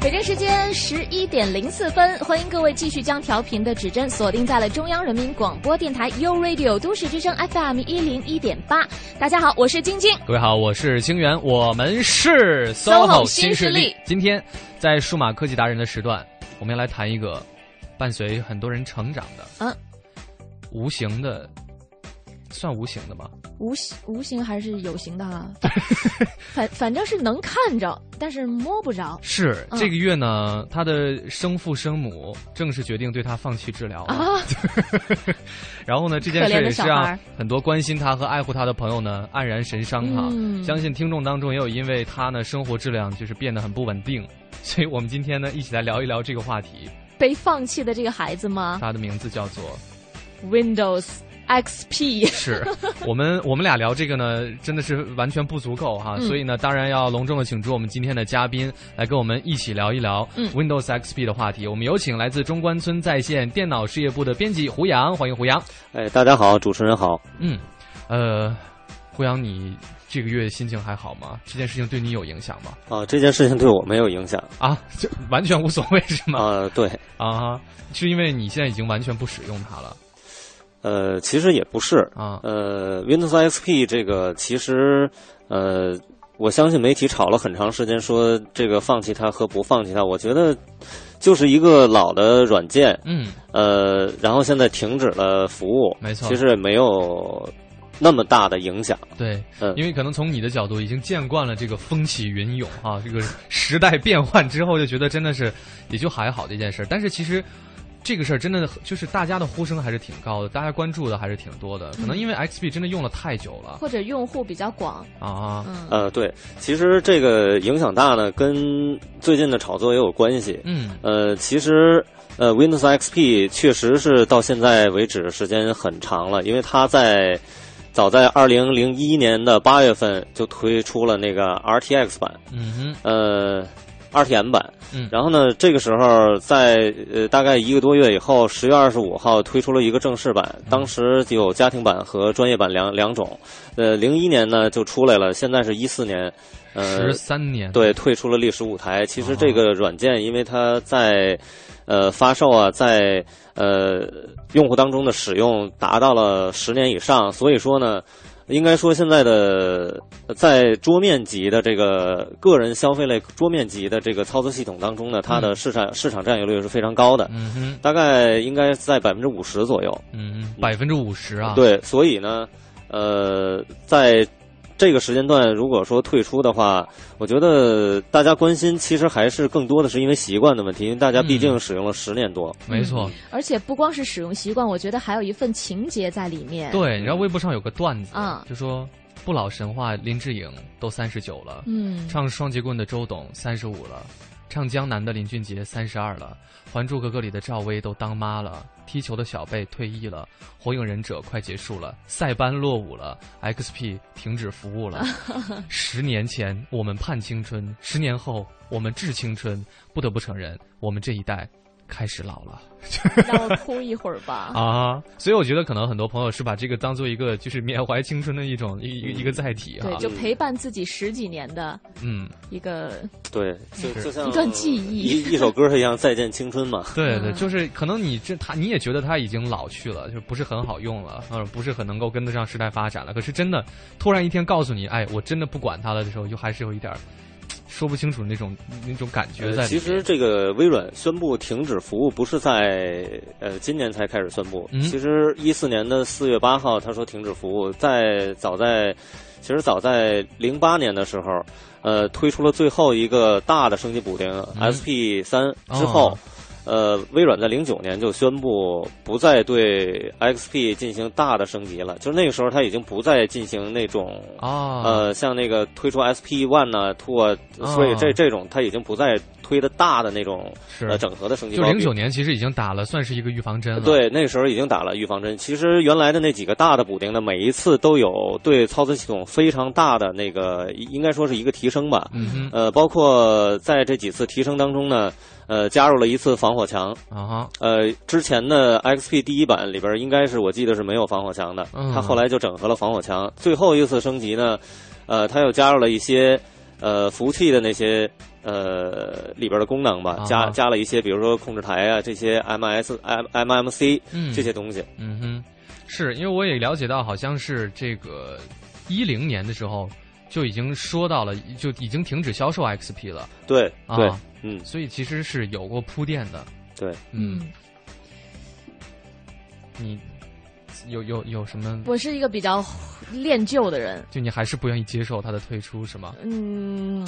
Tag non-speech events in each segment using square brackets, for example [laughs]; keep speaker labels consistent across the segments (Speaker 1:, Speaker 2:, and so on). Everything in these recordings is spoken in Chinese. Speaker 1: 北京时间十一点零四分，欢迎各位继续将调频的指针锁定在了中央人民广播电台 u Radio 都市之声 FM 一零一点八。大家好，我是晶晶。
Speaker 2: 各位好，我是清源，我们是 SOHO
Speaker 1: SOHO 新
Speaker 2: 新势
Speaker 1: 势
Speaker 2: 力
Speaker 1: 力。
Speaker 2: 今天在数码科技达人的时段，我们要来谈一个伴随很多人成长的，
Speaker 1: 嗯，
Speaker 2: 无形的，算无形的吗？
Speaker 1: 无形无形还是有形的哈、
Speaker 2: [laughs]
Speaker 1: 反反正是能看着，但是摸不着
Speaker 2: 是、
Speaker 1: 嗯
Speaker 2: 这个月呢，他的生父生母正式决定对他放弃治疗了。
Speaker 1: 啊。
Speaker 2: 然后呢，这件
Speaker 1: 可
Speaker 2: 事
Speaker 1: 怜的
Speaker 2: 也是
Speaker 1: 小孩
Speaker 2: 让
Speaker 1: 儿
Speaker 2: 很多关心他和爱护他的朋友呢黯然神伤哈。
Speaker 1: 嗯
Speaker 2: 相信听众当中也有因为他呢生活质量就是变得很不稳定，所以我们今天呢一起来聊一聊这个话题。
Speaker 1: 被放弃的这个孩子吗
Speaker 2: 他的名字叫
Speaker 1: [laughs]
Speaker 2: 做
Speaker 1: ？Windows
Speaker 2: [laughs]
Speaker 1: XP
Speaker 2: 是我们我们俩聊这个呢，真的是完全不足够哈，
Speaker 1: 嗯
Speaker 2: 所以呢，当然要隆重的请出我们今天的嘉宾来跟我们一起聊一聊
Speaker 1: 嗯
Speaker 2: Windows XP 的话题。我们有请来自中关村在线电脑事业部的编辑胡杨，欢迎胡杨。
Speaker 3: 哎，大家好，主持人好。
Speaker 2: 嗯，呃，胡杨，你这个月心情还好吗？这件事情对你有影响吗？
Speaker 3: 啊，这件事情对我没有影
Speaker 2: [laughs]
Speaker 3: 响
Speaker 2: 啊，就完全无所谓是吗？
Speaker 3: 啊。对，
Speaker 2: 啊，是因为你现在已经完全不使用它了
Speaker 3: 呃，其实也不是。
Speaker 2: 啊？
Speaker 3: 呃，Windows XP 这个其实，呃，我相信媒体炒了很长时间，说这个放弃它和不放弃它，我觉得就是一个老的软件，
Speaker 2: 嗯，
Speaker 3: 呃，然后现在停止了服务，
Speaker 2: 没错
Speaker 3: 其实也没有那么大的影响。
Speaker 2: 对，
Speaker 3: 嗯
Speaker 2: 因为可能从你的角度已经见惯了这个风起云涌啊，这个时代变换之后，就觉得真的是也就还好的一件事儿。但是其实这个事儿真的很就是大家的呼声还是挺高的，大家关注的还是挺多的。可能因
Speaker 3: 嗯
Speaker 2: 为 XP 真的用了太久了
Speaker 1: 或者用户比较广，
Speaker 2: 啊，
Speaker 1: 嗯
Speaker 3: 呃，对，其实这个影响大呢，跟最近的炒作也有关系。
Speaker 2: 嗯
Speaker 3: 呃，其实呃，Windows XP 确实是到现在为止时间很长了，因为它在早在二零零一年的八月份就推出了那个 RTX 版，
Speaker 2: 嗯
Speaker 3: 呃，RTM 版。
Speaker 2: 嗯
Speaker 3: 然后呢，这个时候在呃大概一个多月以后，十月二十五号推出了一个正式版，当时有家庭版和专业版两两种。呃，零一年呢就出来了，现在是一四年。
Speaker 2: 哼，
Speaker 3: 呃，
Speaker 2: 十三年，
Speaker 3: 对，退出了历史舞台。其实这个软件，因为它在呃发售啊，在呃用户当中的使用达到了十年以上，所以说呢。应该说，现在的在桌面级的这个个人消费类桌面级的这个操作系统当中呢，它的市场、市场占有率是非常高的，
Speaker 2: 嗯哼，
Speaker 3: 大概应该在百分之五十左右。
Speaker 2: 嗯哼，百分之五十啊，，
Speaker 3: 对，所以呢，呃，在这个时间段，如果说退出的话，我觉得大家关心其实还是更多的是因为习惯的问题，因为大家毕竟使用了十年多。
Speaker 2: 没错。
Speaker 1: 而且不光是使用习惯，我觉得还有一份情节在里面。
Speaker 2: 对，你知道微博上有个段子，
Speaker 1: 嗯
Speaker 2: 就说不老神话林志颖都三十九了，
Speaker 1: 嗯，
Speaker 2: [laughs] 唱双截棍的周董三十五了，唱江南的林俊杰三十二了，《还珠格格》里的赵薇都当妈了，踢球的小贝退役了，《火影忍者》快结束了，塞班落伍了，XP 停止服
Speaker 1: [laughs]
Speaker 2: 务了。十年前我们盼青春，十年后我们致青春。不得不承认，我们这一代开始老了。
Speaker 1: 让我哭一会儿吧。
Speaker 2: 啊，所以我觉得可能很多朋友是把这个当做一个就是缅怀青春的一种一一个一个载体哈
Speaker 1: 对，，就陪伴自己十几年的
Speaker 2: 嗯，
Speaker 1: 一个，
Speaker 3: 对，就是就像
Speaker 1: 一段记忆
Speaker 3: 一一首歌一样，《再见青春》嘛。
Speaker 2: 对对，
Speaker 1: 嗯
Speaker 2: 就是可能你这他你也觉得他已经老去了，就不是很好用了，嗯，不是很能够跟得上时代发展了。可是真的突然一天告诉你，哎，我真的不管他了的时候，就还是有一点儿说不清楚那种那种感觉在
Speaker 3: 呃
Speaker 2: 里面。
Speaker 3: 其实这个微软宣布停止服务不是在呃今年才开始宣布，
Speaker 2: 嗯
Speaker 3: 其实一四年的四月八号他说停止服务，在早在其实早在零八年的时候，呃推出了最后一个大的升级补丁、
Speaker 2: 嗯
Speaker 3: SP 三之后。
Speaker 2: 哦
Speaker 3: 呃，微软在零九年就宣布不再对 XP 进行大的升级了，就是那个时候它已经不再进行那种
Speaker 2: 啊，
Speaker 3: 呃，像那个推出 SP One 呢、Two 啊，
Speaker 2: 啊
Speaker 3: 所以这这种它已经不再推的大的那种
Speaker 2: 是
Speaker 3: 呃整合的升级
Speaker 2: 就
Speaker 3: 包。
Speaker 2: 零九年其实已经打了算是一个预防针了。
Speaker 3: 对，那时候已经打了预防针。其实原来的那几个大的补丁呢，每一次都有对操作系统非常大的那个，应该说是一个提升吧。
Speaker 2: 嗯
Speaker 3: 呃，包括在这几次提升当中呢，呃，加入了一次防火墙。
Speaker 2: 哼啊哈，
Speaker 3: 呃，之前的 XP 第一版里边应该是我记得是没有防火墙的，
Speaker 2: 嗯
Speaker 3: 它后来就整合了防火墙。最后一次升级呢，呃，它又加入了一些呃服务器的那些呃里边的功能吧
Speaker 2: 啊，
Speaker 3: 加加了一些，比如说控制台啊这些 MS、M MMC
Speaker 2: 嗯
Speaker 3: 这些东西。
Speaker 2: 嗯哼，是因为我也了解到，好像是这个一零年的时候就已经说到了，就已经停止销售 XP 了，
Speaker 3: 对
Speaker 2: 啊
Speaker 3: 对，嗯，
Speaker 2: 所以其实是有过铺垫的。
Speaker 3: 对，
Speaker 2: 嗯，你有有有什么？
Speaker 1: 我是一个比较恋旧的人，
Speaker 2: 就你还是不愿意接受它的退出是吗？
Speaker 1: 嗯，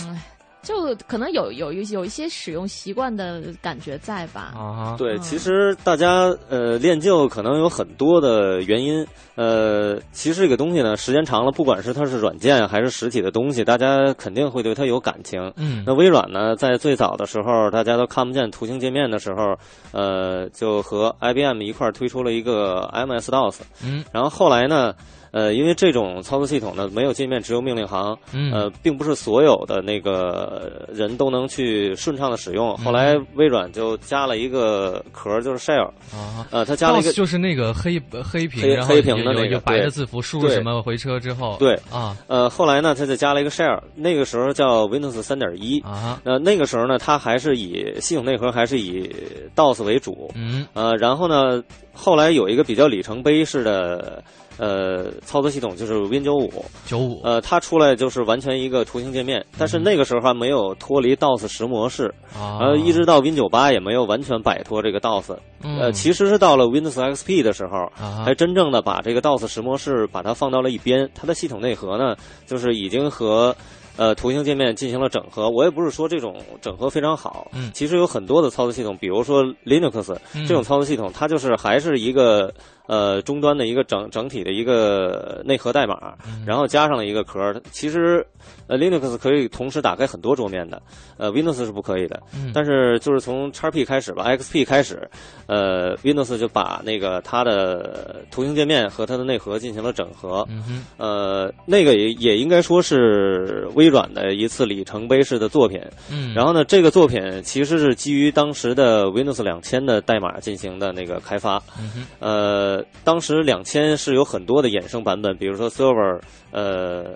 Speaker 1: 就可能有有有有一些使用习惯的感觉在吧。
Speaker 2: 啊哈，
Speaker 3: 对，
Speaker 1: 嗯
Speaker 3: 其实大家呃练就可能有很多的原因，呃，其实这个东西呢，时间长了，不管是它是软件还是实体的东西，大家肯定会对它有感情。
Speaker 2: 嗯
Speaker 3: 那微软呢，在最早的时候，大家都看不见图形界面的时候，呃，就和 IBM 一块儿推出了一个 MS-DOS。
Speaker 2: 嗯
Speaker 3: 然后后来呢，呃，因为这种操作系统呢，没有界面，只有命令行，
Speaker 2: 嗯
Speaker 3: 呃，并不是所有的那个呃人都能去顺畅的使用。
Speaker 2: 嗯
Speaker 3: 后来微软就加了一个壳，就是 Shell，
Speaker 2: 啊哈。
Speaker 3: 呃，它加了一
Speaker 2: DOS
Speaker 3: 个。
Speaker 2: 就是那个黑呃黑屏，
Speaker 3: 黑
Speaker 2: 然后
Speaker 3: 黑屏的
Speaker 2: 有
Speaker 3: 那个
Speaker 2: 有有白的
Speaker 3: 对
Speaker 2: 字符，输入
Speaker 3: 对
Speaker 2: 什么回车之后，
Speaker 3: 对
Speaker 2: 啊
Speaker 3: 呃，后来呢，它就加了一个 Shell，那个时候叫 Windows 三点一。
Speaker 2: 啊哈，
Speaker 3: 呃，那个时候呢，它还是以系统内核还是以 DOS 为主。
Speaker 2: 嗯
Speaker 3: 呃，然后呢，后来有一个比较里程碑式的呃操作系统，就是 Win 九五。
Speaker 2: 九五，
Speaker 3: 呃，它出来就是完全一个图形界面，但是那个时候还没有脱离 DOS 十模式，
Speaker 2: 嗯啊，
Speaker 3: 然后呃一直到 Win 九八也没有完全摆脱这个 DOS。呃，
Speaker 2: 嗯
Speaker 3: 其实是到了 Windows XP 的时候。
Speaker 2: 啊
Speaker 3: 才真正的把这个 DOS 十模式把它放到了一边，它的系统内核呢，就是已经和呃图形界面进行了整合。我也不是说这种整合非常好，
Speaker 2: 嗯
Speaker 3: 其实有很多的操作系统，比如说 Linux
Speaker 2: 嗯
Speaker 3: 这种操作系统，它就是还是一个呃终端的一个整整体的一个内核代码，
Speaker 2: 嗯
Speaker 3: 然后加上了一个壳儿。其实呃 Linux 可以同时打开很多桌面的，呃 Windows 是不可以的。
Speaker 2: 嗯
Speaker 3: 但是就是从 XP 开始吧，XP 开始，呃，Windows 就把那个它的图形界面和它的内核进行了整合。
Speaker 2: 嗯哼
Speaker 3: 呃，那个也也应该说是微软的一次里程碑式的作品。
Speaker 2: 嗯，
Speaker 3: 然后呢，这个作品其实是基于当时的 Windows 两千的代码进行的那个开发。
Speaker 2: 嗯哼
Speaker 3: 呃，当时两千是有很多的衍生版本，比如说 Server，呃，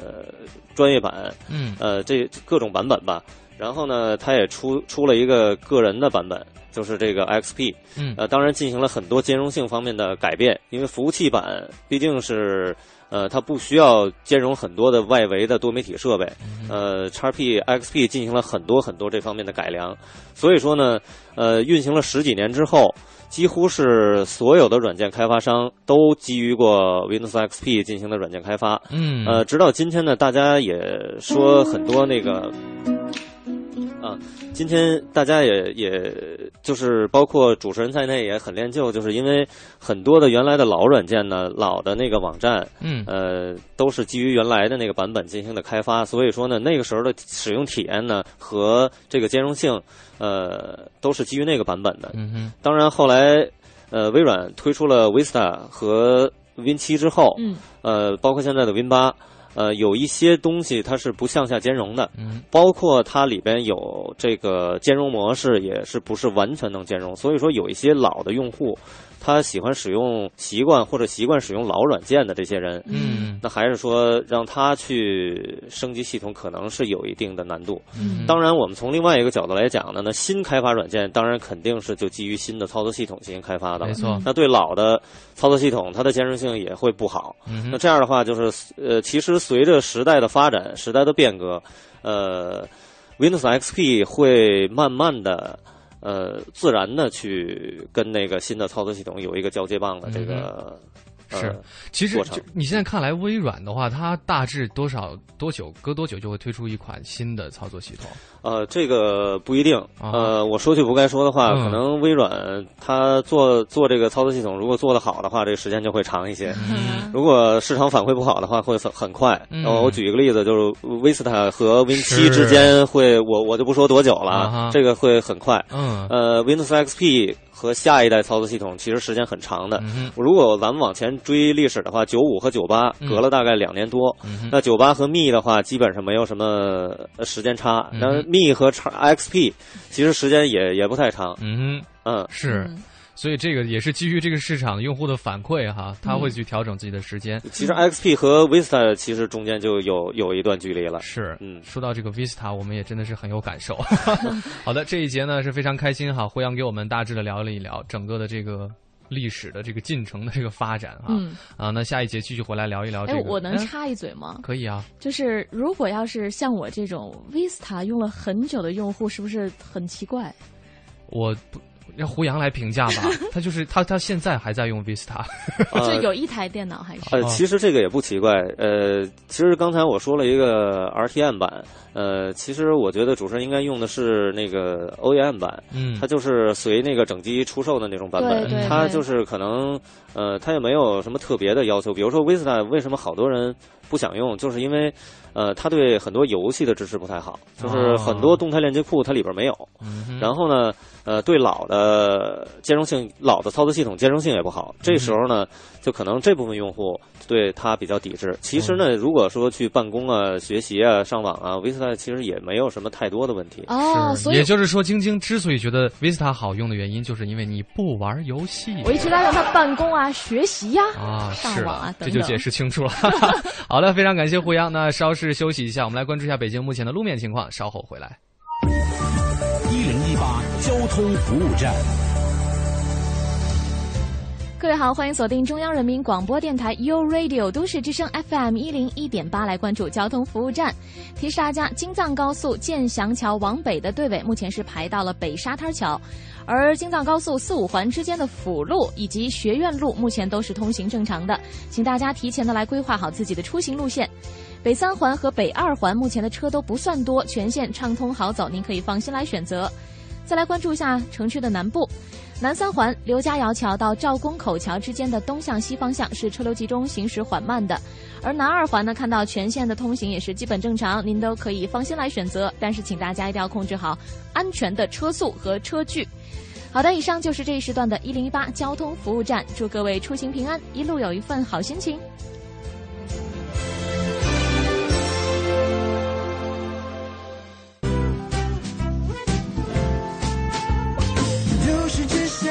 Speaker 3: 专业版，
Speaker 2: 嗯
Speaker 3: 呃，这各种版本吧。然后呢，它也出出了一个个人的版本，就是这个 XP。
Speaker 2: 嗯
Speaker 3: 呃，当然进行了很多兼容性方面的改变，因为服务器版毕竟是呃，它不需要兼容很多的外围的多媒体设备。
Speaker 2: 嗯
Speaker 3: 呃，XP、XP 进行了很多很多这方面的改良，所以说呢，呃，运行了十几年之后。几乎是所有的软件开发商都基于过 Windows XP 进行的软件开发，
Speaker 2: 嗯
Speaker 3: 呃，直到今天呢，大家也说很多那个，啊，今天大家也也就是包括主持人在内也很恋旧，就是因为很多的原来的老软件呢，老的那个网站，
Speaker 2: 嗯
Speaker 3: 呃，都是基于原来的那个版本进行的开发，所以说呢，那个时候的使用体验呢和这个兼容性，呃，都是基于那个版本的。
Speaker 2: 嗯哼
Speaker 3: 当然后来，呃，微软推出了 Vista 和 Win 7之后，
Speaker 1: 嗯
Speaker 3: 呃，包括现在的 Win 八，呃，有一些东西它是不向下兼容的，
Speaker 2: 嗯
Speaker 3: 包括它里边有这个兼容模式，也是不是完全能兼容。所以说，有一些老的用户，他喜欢使用习惯或者习惯使用老软件的这些人，
Speaker 2: 嗯
Speaker 3: 那还是说让他去升级系统，可能是有一定的难度。
Speaker 2: 嗯，
Speaker 3: 当然，我们从另外一个角度来讲呢，那新开发软件当然肯定是就基于新的操作系统进行开发的
Speaker 2: 没
Speaker 3: 了。
Speaker 2: 错，
Speaker 3: 那对老的操作系统，它的兼容性也会不好。
Speaker 2: 嗯
Speaker 3: 那
Speaker 2: 哼
Speaker 3: 这样的话，就是呃，其实随着时代的发展、时代的变革，呃，Windows XP 会慢慢的。呃，自然的去跟那个新的操作系统有一个交接棒的这个、呃
Speaker 2: 嗯是，其实
Speaker 3: 过程
Speaker 2: 就你现在看来，微软的话，它大致多少多久隔多久就会推出一款新的操作系统？
Speaker 3: 呃，这个不一定。
Speaker 2: 啊
Speaker 3: 呃，我说句不该说的话，
Speaker 2: 嗯
Speaker 3: 可能微软它做做这个操作系统，如果做得好的话，这个时间就会长一些。
Speaker 2: 嗯
Speaker 3: [laughs] 如果市场反馈不好的话，会很很快。
Speaker 2: 嗯
Speaker 3: 呃我举一个例子，就是威斯塔和 Win
Speaker 2: 是
Speaker 3: 7之间会，我我就不说多久了，
Speaker 2: 啊哈
Speaker 3: 这个会很快。
Speaker 2: 嗯
Speaker 3: 呃，Windows XP 和下一代操作系统其实时间很长的。
Speaker 2: 嗯哼
Speaker 3: 如果咱们往前追历史的话，九五和九八
Speaker 2: 嗯
Speaker 3: 隔了大概两年多。
Speaker 2: 嗯哼
Speaker 3: 那九八和 Mi 的话，基本上没有什么呃时间差。
Speaker 2: 嗯
Speaker 3: 然后 Mi 和 X- XP 其实时间也也不太长。
Speaker 2: 嗯哼，
Speaker 3: 嗯，
Speaker 2: 是。所以这个也是基于这个市场用户的反馈哈，他
Speaker 1: 嗯
Speaker 2: 会去调整自己的时间。
Speaker 3: 其实 XP 和 Vista 其实中间就有有一段距离了。
Speaker 2: 是，
Speaker 3: 嗯
Speaker 2: 说到这个 Vista，我们也真的是很有
Speaker 1: [laughs]
Speaker 2: 感受。好的，这一节呢是非常开心哈，胡杨给我们大致的聊了一聊整个的这个历史的这个进程的这个发展哈。
Speaker 1: 嗯，
Speaker 2: 啊，那下一节继续回来聊一聊这
Speaker 1: 哎，
Speaker 2: 个。
Speaker 1: 我能
Speaker 2: 嗯
Speaker 1: 插一嘴吗？
Speaker 2: 可以啊，
Speaker 1: 就是如果要是像我这种 Vista 用了很久的用户，是不是很奇怪？
Speaker 2: 我不让胡杨来评价 [laughs] 吧，他就是他他现在还在用 Vista，
Speaker 1: 就
Speaker 3: 呃
Speaker 1: 有一台电脑还是
Speaker 3: 呃，
Speaker 2: 哦
Speaker 3: 其实这个也不奇怪。呃，其实刚才我说了一个 RTM 版，呃，其实我觉得主持人应该用的是那个 OEM 版，
Speaker 2: [laughs] 嗯
Speaker 3: 它，就是随那个整机出售的那种版本，
Speaker 1: 对对
Speaker 3: 它
Speaker 1: 对
Speaker 3: 就是可能呃，它也没有什么特别的要求。比如说 Vista 为什么好多人不想用，就是因为呃，它对很多游戏的支持不太好，就是
Speaker 2: 哦
Speaker 3: 很多动态链接库它里边没有。
Speaker 2: 嗯
Speaker 3: 然后呢，呃，对老的兼容性、老的操作系统兼容性也不好。这时候呢，就可能这部分用户对它比较抵制。其实呢，如果说去办公啊、学习啊、上网啊，Vista 其实也没有什么太多的问题。
Speaker 1: 哦，
Speaker 2: 呃是
Speaker 1: 所以
Speaker 2: 也就是说，晶晶之所以觉得 Vista 好用的原因，就是因为你不玩游戏。
Speaker 1: 我一直在让他办公啊、学习呀、
Speaker 2: 啊，
Speaker 1: 上
Speaker 2: 是
Speaker 1: 网
Speaker 2: 啊
Speaker 1: 啊
Speaker 2: 这
Speaker 1: 等
Speaker 2: 就
Speaker 1: 等
Speaker 2: 解释清楚了。 [laughs] 好了，非常感谢胡杨。那稍事休息一下，我们来关注一下北京目前的路面情况，稍后回来。
Speaker 4: 一零一八交通服务站。
Speaker 1: 各位好，欢迎锁定中央人民广播电台 u Radio 都市之声 FM 一零一点八，来关注交通服务站。提示大家，京藏高速建祥桥往北的队尾目前是排到了北沙滩桥，而京藏高速四五环之间的辅路以及学院路目前都是通行正常的，请大家提前的来规划好自己的出行路线。北三环和北二环目前的车都不算多，全线畅通好走，您可以放心来选择。再来关注一下城区的南部，南三环刘家窑桥到赵公口桥之间的东向西方向是车流集中，行驶缓慢的。而南二环呢，看到全线的通行也是基本正常，您都可以放心来选择。但是请大家一定要控制好安全的车速和车距。好的，以上就是这一时段的一零一八交通服务站，祝各位出行平安，一路有一份好心情。
Speaker 5: 都市之声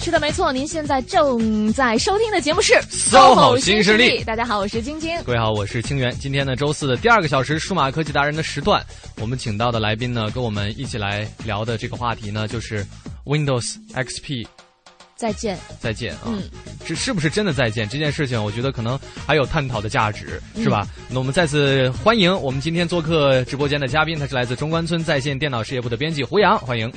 Speaker 1: 是的，没错，您现在正在收听的节目是《
Speaker 2: SOHO 新势力
Speaker 1: 大家好，我是晶晶。
Speaker 2: 各位好，我是清源。今天呢，周四的第二个小时，数码科技达人的时段，我们请到的来宾呢，跟我们一起来聊的这个话题呢，就是 Windows XP
Speaker 1: 再见。
Speaker 2: 再见啊。
Speaker 1: 嗯，
Speaker 2: 是是不是真的再见这件事情，我觉得可能还有探讨的价值，
Speaker 1: 嗯
Speaker 2: 是吧？那我们再次欢迎我们今天做客直播间的嘉宾，他是来自中关村在线电脑事业部的编辑胡杨，欢迎。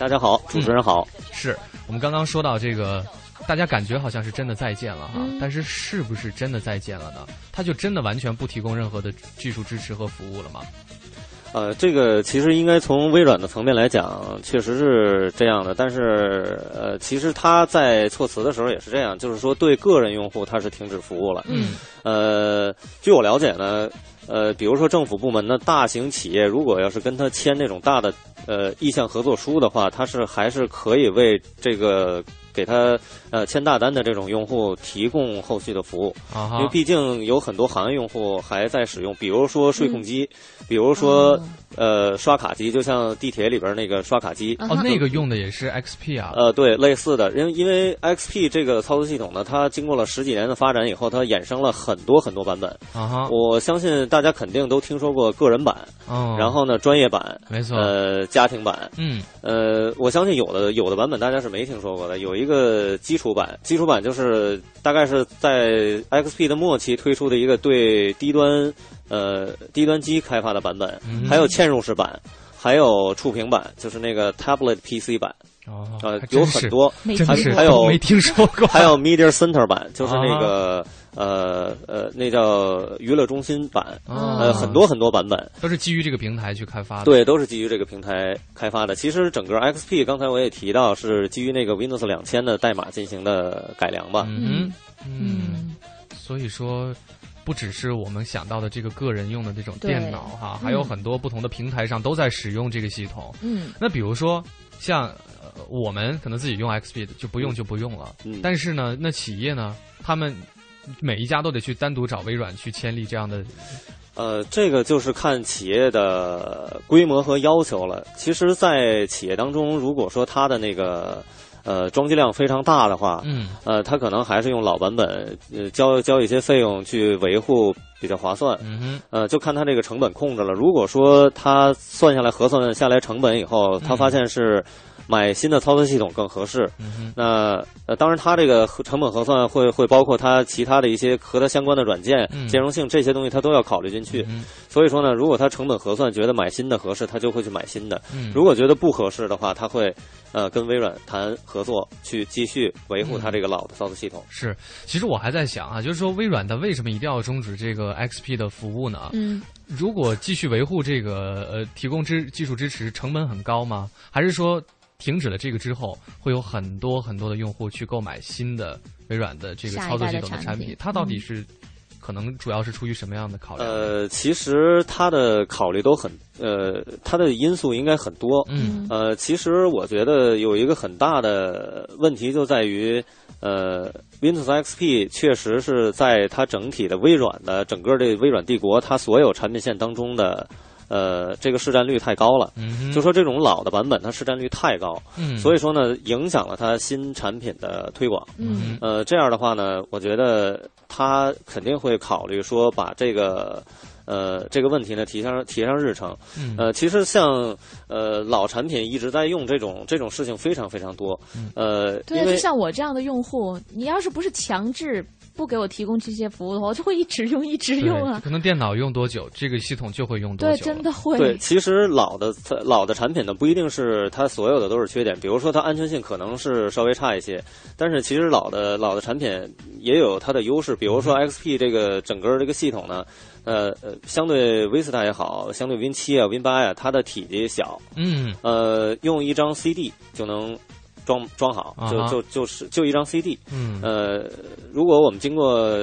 Speaker 3: 大家好，主持人好。
Speaker 2: 是我们刚刚说到这个，大家感觉好像是真的再见了哈，
Speaker 1: 嗯
Speaker 2: 但是是不是真的再见了呢？它就真的完全不提供任何的技术支持和服务了吗？
Speaker 3: 呃，这个其实应该从微软的层面来讲，确实是这样的。但是，呃，其实它在措辞的时候也是这样，就是说对个人用户它是停止服务了。
Speaker 1: 嗯，
Speaker 3: 呃，据我了解呢，呃，比如说政府部门呢，大型企业如果要是跟他签那种大的呃意向合作书的话，它是还是可以为这个给他呃签大单的这种用户提供后续的服务。
Speaker 2: 啊
Speaker 3: 因为
Speaker 2: 哈，
Speaker 3: 毕竟有很多行业用户还在使用，比如说税控机，比如
Speaker 1: 哦
Speaker 3: 说、
Speaker 1: 嗯
Speaker 3: 呃刷卡机，就像地铁里边那个刷卡机，
Speaker 1: 嗯
Speaker 2: 哦，那个用的也是 XP 啊，
Speaker 3: 呃，对，类似的，因因为 XP 这个操作系统呢，它经过了十几年的发展以后，它衍生了很多很多版本。
Speaker 2: 啊哈，
Speaker 3: 呃我相信大家肯定都听说过个人版，
Speaker 2: 嗯，
Speaker 3: 然后呢专业版，
Speaker 2: 没错，
Speaker 3: 呃家庭版，
Speaker 2: 嗯
Speaker 3: 呃，我相信有的有的版本大家是没听说过的，有一个基础版，基础版就是大概是在 XP 的末期推出的一个对低端呃低端机开发的版本，
Speaker 2: 嗯，
Speaker 3: 还有嵌入式版，还有触屏版，就是那个 tablet PC 版，
Speaker 2: 哦
Speaker 3: 呃
Speaker 2: 还，真
Speaker 3: 有
Speaker 2: 是
Speaker 3: 很，多，
Speaker 1: 没
Speaker 2: 真
Speaker 1: 听
Speaker 2: 是
Speaker 1: 过
Speaker 3: 还有
Speaker 2: 都没听说过，[laughs]
Speaker 3: 还有 Media Center 版，就是
Speaker 2: 啊
Speaker 3: 那个、呃呃那叫娱乐中心版，呃
Speaker 2: 呃
Speaker 3: 很多很多版本。
Speaker 2: 都是基于这个平台去开发的，，
Speaker 3: 对，都是基于这个平台开发的。其实整个 XP 刚才我也提到，是基于那个 Windows 两
Speaker 2: 嗯
Speaker 3: 千的代码进行的改良吧。
Speaker 2: 嗯哼
Speaker 1: 嗯，
Speaker 2: 嗯，所以说不只是我们想到的这个个人用的这种
Speaker 1: 对
Speaker 2: 电脑哈，还有
Speaker 1: 嗯
Speaker 2: 很多不同的平台上都在使用这个系统。
Speaker 1: 嗯，
Speaker 2: 那比如说像、呃、我们可能自己用 XP 的就不用就不用了，
Speaker 3: 嗯
Speaker 2: 但是呢，那企业呢，他们每一家都得去单独找微软去签立这样的，
Speaker 3: 呃，这个就是看企业的规模和要求了。其实，在企业当中，如果说它的那个呃装机量非常大的话，
Speaker 2: 嗯
Speaker 3: 呃，它可能还是用老版本，呃，交交一些费用去维护比较划算。
Speaker 2: 嗯哼，
Speaker 3: 呃，就看它这个成本控制了。如果说它算下来核算下来成本以后，它
Speaker 2: 嗯
Speaker 3: 发现是买新的操作系统更合适，
Speaker 2: 嗯哼，
Speaker 3: 那呃，当然，它这个核成本核算会会包括它其他的一些和它相关的软件、
Speaker 2: 嗯
Speaker 3: 兼容性这些东西，它都要考虑进去。
Speaker 2: 嗯
Speaker 3: 所以说呢，如果它成本核算觉得买新的合适，它就会去买新的；
Speaker 2: 嗯，
Speaker 3: 如果觉得不合适的话，它会呃跟微软谈合作，去继续维护
Speaker 2: 嗯
Speaker 3: 它这个老的操作系统。
Speaker 2: 是，其实我还在想啊，就是说微软它为什么一定要终止这个 XP 的服务呢？
Speaker 1: 嗯，
Speaker 2: 如果继续维护这个呃提供支技术支持，成本很高吗？还是说停止了这个之后，会有很多很多的用户去购买新的微软的这个
Speaker 1: 下一
Speaker 2: 操作
Speaker 1: 代
Speaker 2: 系
Speaker 1: 的
Speaker 2: 统的
Speaker 1: 产
Speaker 2: 产
Speaker 1: 品
Speaker 2: 品？它到底
Speaker 1: 嗯
Speaker 2: 是、可能主要是出于什么样的考量？
Speaker 3: 呃，其实它的考虑都很呃，它的因素应该很多。
Speaker 2: 嗯
Speaker 3: 呃，其实我觉得有一个很大的问题就在于，呃，Windows XP 确实是在它整体的微软的整个这微软帝国它所有产品线当中的，呃，这个市占率太高了。
Speaker 2: 嗯哼， [laughs]
Speaker 3: 就说这种老的版本，它市占率太高，
Speaker 2: 嗯，
Speaker 3: 所以说呢，影响了它新产品的推广。
Speaker 1: 嗯，
Speaker 3: 呃，这样的话呢，我觉得他肯定会考虑说把这个呃这个问题呢提上提上日程。
Speaker 2: 嗯
Speaker 3: 呃，其实像呃老产品一直在用这种这种事情非常非常多
Speaker 2: 嗯。
Speaker 3: 呃，
Speaker 1: 对啊，
Speaker 3: 因
Speaker 1: 就
Speaker 3: 为
Speaker 1: 像我这样的用户，你要是不是强制不给我提供这些服务的话，我就会一直用，一直
Speaker 2: 对
Speaker 1: 用啊。
Speaker 2: 可能电脑用多久，这个系统就会用多久
Speaker 1: 对，啊
Speaker 2: 了。
Speaker 1: 真的会。
Speaker 3: 对，其实老的老的产品呢，不一定是它所有的都是缺点，比如说它安全性可能是稍微差一些，但是其实老的老的产品也有它的优势，比如
Speaker 2: 嗯
Speaker 3: 说 XP 这个整个这个系统呢，呃呃，相对 Vista 也好，相对 Win 七啊、Win 八呀、它的体积小，
Speaker 2: 嗯
Speaker 3: 呃，用一张 CD 就能装装好，就
Speaker 2: 啊哈
Speaker 3: 就就是就一张 CD，
Speaker 2: 嗯
Speaker 3: 呃，如果我们经过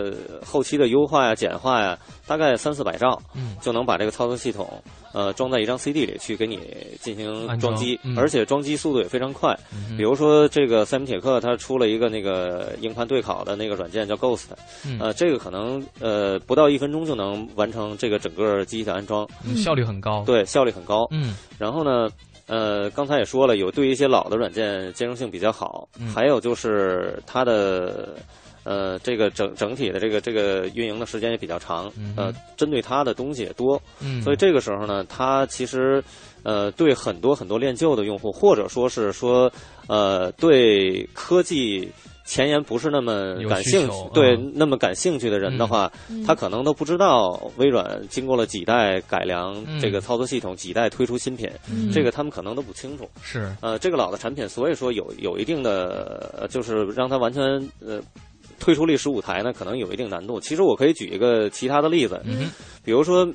Speaker 3: 后期的优化呀、简化呀，大概三四百兆。
Speaker 2: 嗯
Speaker 3: 就能把这个操作系统，呃，装在一张 CD 里去给你进
Speaker 2: 安
Speaker 3: 行
Speaker 2: 装
Speaker 3: 装机，
Speaker 2: 嗯
Speaker 3: 而且装机速度也非常快。
Speaker 2: 嗯哼
Speaker 3: 比如说，这个塞姆铁克它出了一个那个硬盘对拷的那个软件叫 Ghost，、
Speaker 2: 嗯
Speaker 3: 呃，这个可能呃不到一分钟就能完成这个整个机器的安装，
Speaker 2: 嗯效率很高。，
Speaker 3: 对，效率很高。
Speaker 2: 嗯
Speaker 3: 然后呢，呃，刚才也说了，有对一些老的软件兼容性比较好，
Speaker 2: 嗯
Speaker 3: 还有就是它的。呃，这个整整体的这个这个运营的时间也比较长，
Speaker 2: 嗯
Speaker 3: 呃，针对它的东西也多，
Speaker 2: 嗯，
Speaker 3: 所以这个时候呢，它其实呃对很多很多恋旧的用户，或者说是说呃对科技前沿不是那么
Speaker 2: 有
Speaker 3: 感
Speaker 2: 需
Speaker 3: 兴趣
Speaker 2: 求，
Speaker 3: 对、
Speaker 2: 嗯
Speaker 3: 那么感兴趣的人的话，
Speaker 1: 嗯
Speaker 3: 他可能都不知道微软经过了几代改良
Speaker 2: 嗯
Speaker 3: 这个操作系统，几代推出新品，
Speaker 1: 嗯
Speaker 3: 这个他们可能都不清楚。
Speaker 2: 是
Speaker 3: 呃，这个老的产品，所以说有有一定的，呃就是让它完全呃。退出历史舞台呢，可能有一定难度。其实我可以举一个其他的例子，
Speaker 2: 嗯
Speaker 3: 比如说，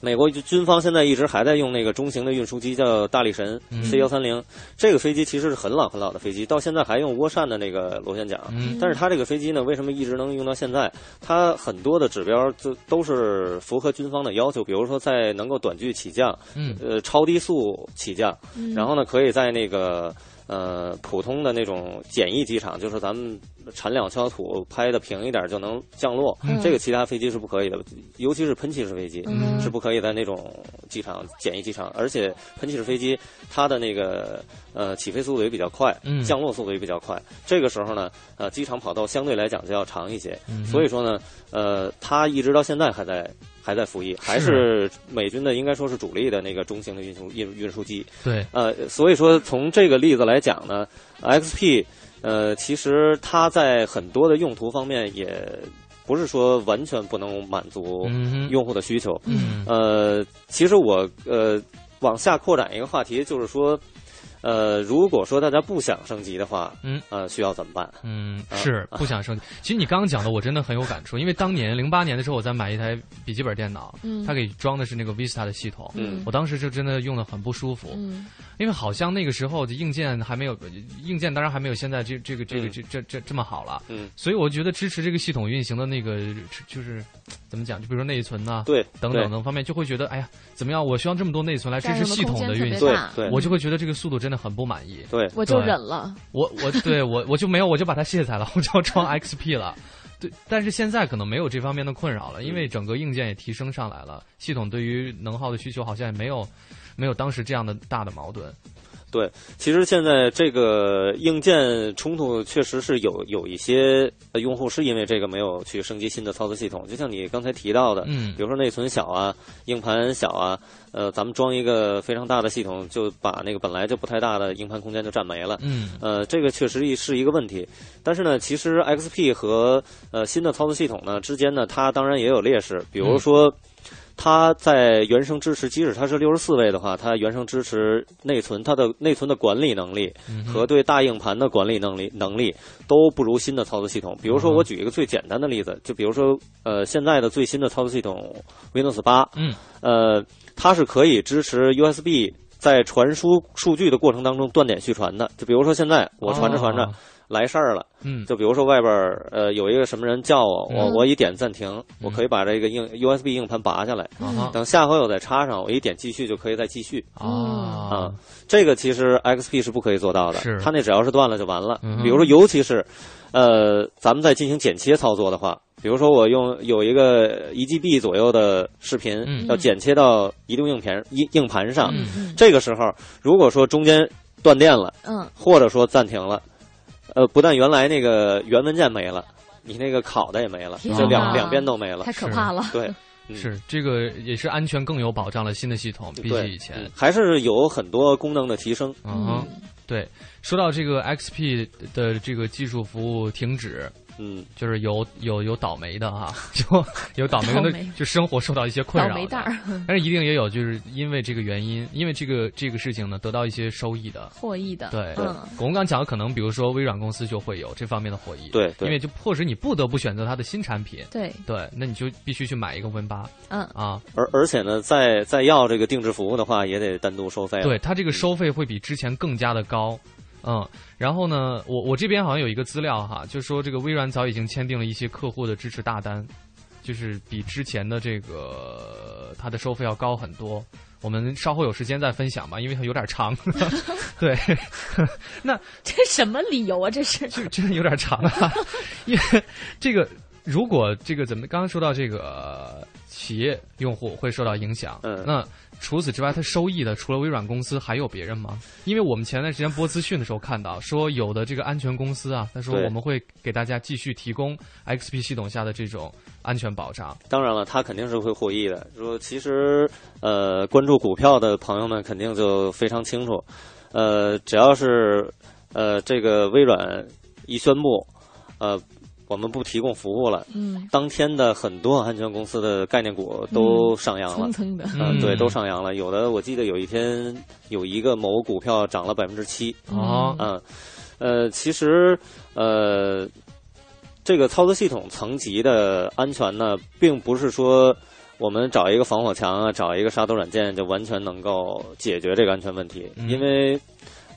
Speaker 3: 美国军方现在一直还在用那个中型的运输机叫大力神
Speaker 2: 嗯
Speaker 3: C 幺三零，这个飞机其实是很老很老的飞机，到现在还用涡扇的那个螺旋桨。
Speaker 2: 嗯
Speaker 3: 但是它这个飞机呢，为什么一直能用到现在？它很多的指标就都是符合军方的要求，比如说在能够短距起降，
Speaker 2: 嗯
Speaker 3: 呃，超低速起降，
Speaker 1: 嗯
Speaker 3: 然后呢，可以在那个呃普通的那种简易机场，就是咱们产两消土拍的平一点就能降落，
Speaker 1: 嗯
Speaker 3: 这个其他飞机是不可以的，尤其是喷气式飞机。
Speaker 1: 嗯
Speaker 3: 是不可以在那种机场简易机场，而且喷气式飞机它的那个呃起飞速度也比较快，
Speaker 2: 嗯
Speaker 3: 降落速度也比较快。这个时候呢，呃，机场跑道相对来讲就要长一些，
Speaker 2: 嗯
Speaker 3: 所以说呢，呃，它一直到现在还在还在服役，还是美军的应该说是主力的那个中型的运输运运输机。
Speaker 2: 对
Speaker 3: 呃，所以说从这个例子来讲呢，XP 呃，其实它在很多的用途方面也不是说完全不能满足
Speaker 2: 嗯哼
Speaker 3: 用户的需求。
Speaker 2: 嗯
Speaker 3: 呃，其实我呃往下扩展一个话题，就是说。呃，如果说大家不想升级的话，
Speaker 2: 嗯，
Speaker 3: 呃，需要怎么办？
Speaker 2: 嗯，
Speaker 1: 啊
Speaker 2: 是不想升级。其实你刚刚讲的，我真的很有感触，因为当年零八年的时候，我在买一台笔记本电脑，
Speaker 1: 嗯
Speaker 2: 它给装的是那个 Vista 的系统，
Speaker 3: 嗯
Speaker 2: 我当时就真的用的很不舒服，
Speaker 1: 嗯
Speaker 2: 因为好像那个时候的硬件还没有，硬件当然还没有现在这这个这个
Speaker 3: 嗯
Speaker 2: 这这这这么好了，
Speaker 3: 嗯，
Speaker 2: 所以我觉得支持这个系统运行的那个就是怎么讲？就比如说内存呐、
Speaker 3: 对，
Speaker 2: 等
Speaker 3: 对
Speaker 2: 等等方面，就会觉得哎呀，怎么样？我需要这么多内存来支
Speaker 1: 占
Speaker 2: 持
Speaker 1: 用的
Speaker 2: 系
Speaker 1: 空
Speaker 2: 统
Speaker 1: 间
Speaker 2: 的
Speaker 1: 特
Speaker 2: 运
Speaker 1: 别
Speaker 2: 行，
Speaker 3: 对
Speaker 1: 大，
Speaker 3: 对
Speaker 2: 我就会觉得这个速度真的很不满意。
Speaker 3: 对，
Speaker 1: 我就
Speaker 2: 对
Speaker 1: 忍了。
Speaker 2: 我我对我我就没有，我就把它卸载了，我就要装 XP 了。对，但是现在可能没有这方面的困扰了，因为整个硬件也提升上来了，系统对于能耗的需求好像也没有没有当时这样的大的矛盾。
Speaker 3: 其实现在这个硬件冲突确实是有有一些呃用户是因为这个没有去升级新的操作系统，就像你刚才提到的，
Speaker 2: 嗯
Speaker 3: 比，如说内存小啊，硬盘小啊，呃，咱们装一个非常大的系统，就把那个本来就不太大的硬盘空间就占没了。
Speaker 2: 嗯，
Speaker 3: 呃，这个确实一是一个问题，但是呢，其实 XP 和呃新的操作系统呢之间呢，它当然也有劣势，比
Speaker 2: 嗯
Speaker 3: 如说。它在原生支持，即使它是六十四位的话，它原生支持内存，它的内存的管理能力
Speaker 2: 嗯哼
Speaker 3: 和对大硬盘的管理能力能力都不如新的操作系统。比如说，
Speaker 2: 嗯
Speaker 3: 我举一个最简单的例子，就比如说，呃，现在的最新的操作系统 Windows 八，
Speaker 2: 嗯，
Speaker 3: 呃，它是可以支持 USB 在传输数据的过程当中断点续传的。就比如说，现在我传着传着、
Speaker 2: 哦
Speaker 3: 来事儿了，
Speaker 2: 嗯
Speaker 3: 就比如说外边儿呃有一个什么人叫我，我
Speaker 1: 嗯
Speaker 3: 我一点暂停，我可以把这个硬 USB 硬盘拔下来。
Speaker 2: 啊哈
Speaker 3: 等下回我再插上，我一点继续就可以再继续啊
Speaker 2: 啊，。
Speaker 3: 这个其实 XP 是不可以做到的，
Speaker 2: 是
Speaker 3: 它那只要是断了就完了。
Speaker 2: 嗯哼
Speaker 3: 比如说，尤其是，呃，咱们在进行剪切操作的话，比如说我用有一个一 GB 左右的视频、
Speaker 2: 嗯
Speaker 3: 要剪切到移动硬盘硬硬盘上，
Speaker 2: 嗯
Speaker 1: 嗯
Speaker 3: 这个时候如果说中间断电了，
Speaker 1: 嗯，
Speaker 3: 或者说暂停了，呃，不但原来那个原文件没了，你那个拷的也没了，
Speaker 1: 天
Speaker 3: 这两
Speaker 1: 哪
Speaker 3: 两边都没了
Speaker 1: 太。可
Speaker 2: 是
Speaker 1: 怕了。
Speaker 3: 对，嗯
Speaker 2: 是这个也是安全更有保障了，新的系统比
Speaker 3: 对
Speaker 2: 起以前。
Speaker 3: 嗯还是有很多功能的提升。
Speaker 2: 嗯哼，
Speaker 3: 哦
Speaker 2: 对，说到这个 XP 的这个技术服务停止，
Speaker 3: 嗯，
Speaker 2: 就是有有有倒霉的啊， [laughs] 就有倒霉的
Speaker 1: 倒霉，
Speaker 2: 就生活受到一些困
Speaker 1: 倒
Speaker 2: 扰
Speaker 1: 霉
Speaker 2: 的
Speaker 1: 蛋儿 [laughs]
Speaker 2: 但是一定也有就是因为这个原因，因为这个这个事情呢，得到一些收益的。
Speaker 1: 获益的，
Speaker 2: 对，
Speaker 1: 嗯，
Speaker 2: 我们刚讲的可能，比如说微软公司就会有这方面的获益，，
Speaker 3: 对
Speaker 2: 因为
Speaker 3: 对
Speaker 2: 就迫使你不得不选择它的新产品，
Speaker 1: 对，
Speaker 2: 对，那你就必须去买一个 Win 八
Speaker 1: 嗯，
Speaker 2: 啊，
Speaker 3: 而而且呢，再再要这个定制服务的话，也得单独收费了。啊嗯
Speaker 2: 对，它这个收费会比之前更加的高。嗯，然后呢，我我这边好像有一个资料哈，就说这个微软早已经签订了一些客户的支持大单，就是比之前的这个它的收费要高很多。我们稍后有时间再分享吧，因为它有点长。 [laughs] 对，
Speaker 1: 这什么理由啊？这是
Speaker 2: 这真的有点长啊，因为这个如果这个怎么刚刚说到这个企业用户会受到影响，
Speaker 3: 嗯
Speaker 2: 那除此之外，它收益的除了微软公司还有别人吗？因为我们前段时间播资讯的时候看到，说有的这个安全公司啊，他说
Speaker 3: 对
Speaker 2: 我们会给大家继续提供 XP 系统下的这种安全保障，
Speaker 3: 当然了，它肯定是会获益的。说其实，呃，关注股票的朋友们肯定就非常清楚，呃，只要是呃这个微软一宣布，呃，我们不提供服务了，
Speaker 1: 嗯，
Speaker 3: 当天的很多安全公司的概念股都上扬了。
Speaker 1: 蹭蹭的，
Speaker 3: 嗯、
Speaker 2: 嗯
Speaker 3: 对，都上扬了。有的我记得有一天有一个某股票涨了百分之七，
Speaker 2: 哦
Speaker 1: 嗯
Speaker 3: 嗯，呃，其实呃，这个操作系统层级的安全呢，并不是说我们找一个防火墙啊，找一个杀毒软件就完全能够解决这个安全问题，
Speaker 2: 嗯
Speaker 3: 因为。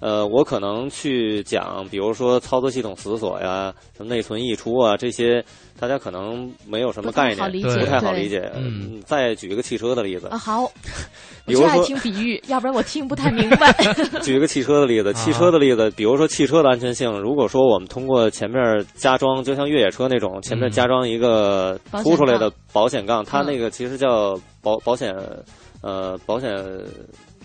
Speaker 3: 呃，我可能去讲，比如说操作系统死锁呀、什么内存溢出啊这些，大家可能没有什么
Speaker 1: 不太
Speaker 3: 概
Speaker 1: 好
Speaker 3: 念，
Speaker 1: 理
Speaker 2: 解
Speaker 3: 不太好
Speaker 1: 对
Speaker 3: 理解。
Speaker 2: 嗯，
Speaker 3: 再举一个汽车的例子
Speaker 1: 啊，，好，我
Speaker 3: 比如
Speaker 1: 就爱
Speaker 3: 说
Speaker 1: 听比喻，要不然我听不太明
Speaker 3: [laughs]
Speaker 1: 白。
Speaker 3: 举一个汽车的
Speaker 1: 啊
Speaker 3: 例子，汽车的例子，比如说汽车的安全性，如果说我们通过前面加装，就像越野车那
Speaker 1: 嗯
Speaker 3: 种，前面加装一个凸出来的保险杠，它那个其实叫保保险呃保险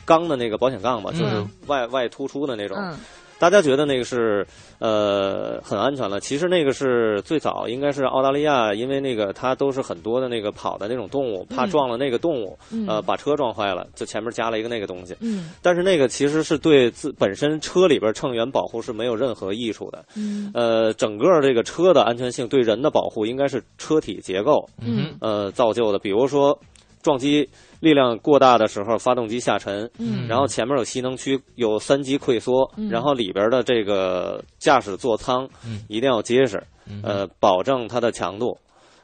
Speaker 3: 钢的那个保险杠吧，
Speaker 2: 嗯
Speaker 3: 就是外外突出的那种。
Speaker 1: 嗯，
Speaker 3: 大家觉得那个是呃很安全了，其实那个是最早应该是澳大利亚，因为那个它都是很多的那个跑的那种动物，怕
Speaker 1: 嗯
Speaker 3: 撞了那个动物，
Speaker 1: 嗯
Speaker 3: 呃，把车撞坏了，就前面加了一个那个东西。
Speaker 1: 嗯
Speaker 3: 但是那个其实是对自本身车里边乘员保护是没有任何益处的。
Speaker 1: 嗯
Speaker 3: 呃，整个这个车的安全性对人的保护应该是车体结构
Speaker 1: 嗯
Speaker 3: 呃造就的，比如说撞击力量过大的时候，发动机下沉。
Speaker 1: 嗯
Speaker 3: 然后前面有吸能区，有三级溃缩，
Speaker 1: 嗯
Speaker 3: 然后里边的这个驾驶座舱
Speaker 2: 嗯
Speaker 3: 一定要结实，
Speaker 2: 嗯，
Speaker 3: 呃，保证它的强度。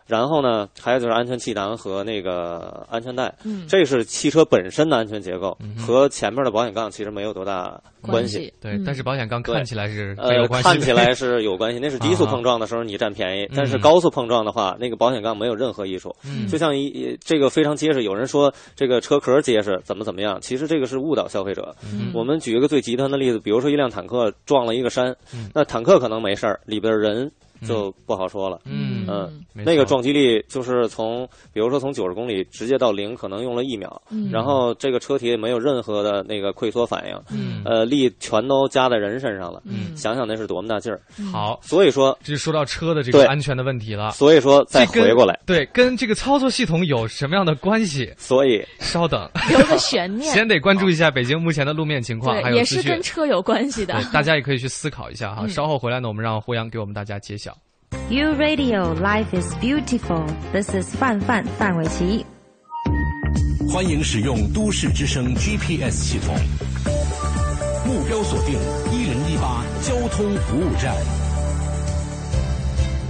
Speaker 3: 然后呢，还有就是安全气囊和那个安全带，
Speaker 1: 嗯，
Speaker 3: 这是汽车本身的安全结构
Speaker 2: 嗯，哼
Speaker 3: 和前面的保险杠其实没有多大关系。
Speaker 1: 系
Speaker 2: 对，但是保险杠看起来是没有
Speaker 3: 呃，
Speaker 2: 关系的，
Speaker 3: 看起来是
Speaker 2: [laughs]
Speaker 3: 有关系，那是低速
Speaker 2: 啊
Speaker 3: 碰撞的时候你占便宜，
Speaker 2: 嗯
Speaker 3: 但是高速碰撞的话，那个保险杠没有任何益处。
Speaker 2: 嗯
Speaker 3: 就像一一这个非常结实，有人说这个车壳结实，怎么怎么样，其实这个是误导消费者。
Speaker 1: 嗯
Speaker 3: 我们举一个最极端的例子，比如说一辆坦克撞了一个山
Speaker 2: 嗯，
Speaker 3: 那坦克可能没事儿，里边人就不好说了。
Speaker 2: 嗯
Speaker 1: 嗯
Speaker 2: 没
Speaker 3: 那个
Speaker 2: 错
Speaker 3: 撞击力就是从，比如说从九十公里直接到零，可能用了一秒，
Speaker 1: 嗯
Speaker 3: 然后这个车体也没有任何的那个溃缩反应，
Speaker 2: 嗯
Speaker 3: 呃，力全都加在人身上了。
Speaker 1: 嗯
Speaker 3: 想想那是多么大劲儿。
Speaker 2: 好，
Speaker 3: 所以说，
Speaker 2: 这就说到车的这个
Speaker 3: 对
Speaker 2: 安全的问题了。
Speaker 3: 所以说再
Speaker 2: 这跟
Speaker 3: 回过来，，
Speaker 2: 对，跟这个操作系统有什么样的关系？
Speaker 3: 所以
Speaker 2: 稍等，
Speaker 1: 留个悬念，
Speaker 2: [laughs] 先得关注一下北京目前的路面情况，还
Speaker 1: 哦对，
Speaker 2: 有
Speaker 1: 也
Speaker 2: 资
Speaker 1: 是
Speaker 2: 讯
Speaker 1: 跟。车有关
Speaker 2: [laughs]
Speaker 1: 系的。嗯
Speaker 2: 对，大家也可以去思考一下哈。稍后回来呢，我们让胡杨给我们大家揭晓。
Speaker 6: You Radio Life is Beautiful. This is 范范范玮琪。
Speaker 4: 欢迎使用都市之声 GPS 系统，目标锁定一零一八交通服务站。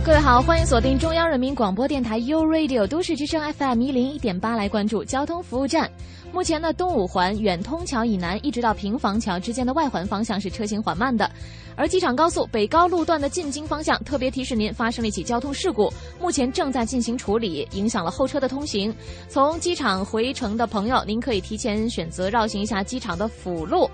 Speaker 1: 各位好，欢迎锁定中央人民广播电台 u Radio 都市之声 FM 一零一点八，来关注交通服务站。目前呢，东五环远通桥以南一直到平房桥之间的外环方向是车行缓慢的，而机场高速北高路段的进京方向特别提示您发生了一起交通事故，目前正在进行处理，影响了后车的通行。从机场回程的朋友，您可以提前选择绕行一下机场的辅路。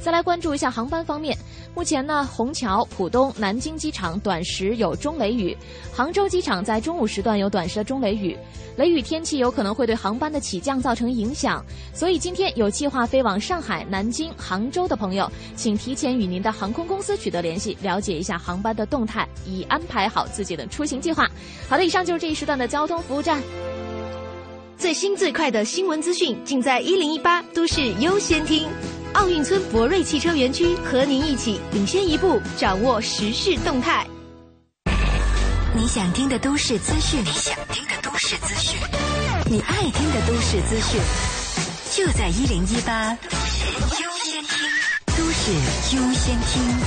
Speaker 1: 再来关注一下航班方面，目前呢，虹桥、浦东、南京机场短时有中雷雨，杭州机场在中午时段有短时的中雷雨，雷雨天气有可能会对航班的起降造成影响，所以今天有计划飞往上海、南京、杭州的朋友，请提前与您的航空公司取得联系，了解一下航班的动态，以安排好自己的出行计划。好的，以上就是这一时段的交通服务站。
Speaker 7: 最新最快的新闻资讯尽在一零一八都市优先听。奥运村博瑞汽车园区和您一起领先一步，掌握时事动态。
Speaker 6: 你想听的都市资讯，你想听的都市资讯，你爱听的都市资讯，就在一零一八都市优先听。都市优先听。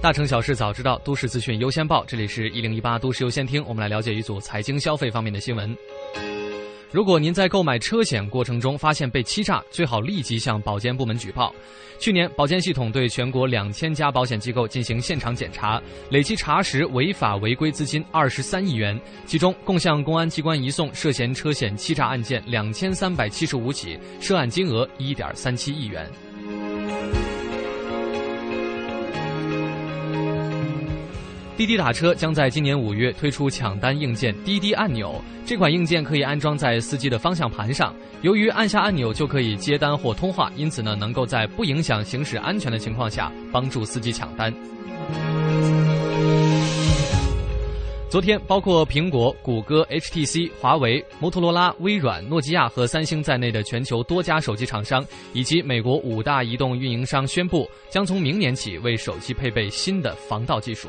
Speaker 2: 大城小事早知道，都市资讯优先报。这里是一零一八都市优先听，我们来了解一组财经消费方面的新闻。如果您在购买车险过程中发现被欺诈，最好立即向保监部门举报。去年，保监系统对全国两千家保险机构进行现场检查，累计查实违法违规资金二十三亿元，其中共向公安机关移送涉嫌车险欺诈案件两千三百七十五起，涉案金额一点三七亿元。滴滴打车将在今年五月推出抢单硬件滴滴按钮，这款硬件可以安装在司机的方向盘上。由于按下按钮就可以接单或通话，因此呢，能够在不影响行驶安全的情况下帮助司机抢单。昨天，包括苹果、谷歌、HTC、华为、摩托罗拉、微软、诺基亚和三星在内的全球多家手机厂商，以及美国五大移动运营商宣布，将从明年起为手机配备新的防盗技术。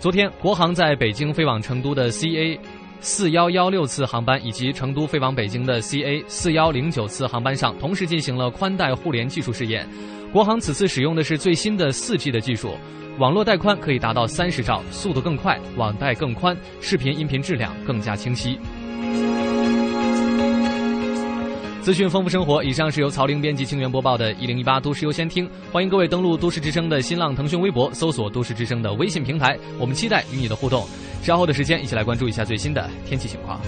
Speaker 2: 昨天，国航在北京飞往成都的 CA 四幺幺六次航班以及成都飞往北京的 CA 四幺零九次航班上，同时进行了宽带互联技术试验。国航此次使用的是最新的四 G 的技术，网络带宽可以达到三十兆，速度更快，网带更宽，视频音频质量更加清晰。资讯丰富生活。以上是由曹玲编辑、清源播报的《一零一八都市优先听》，欢迎各位登录都市之声的新浪、腾讯微博，搜索都市之声的微信平台，我们期待与你的互动。稍后的时间，一起来关注一下最新的天气情况。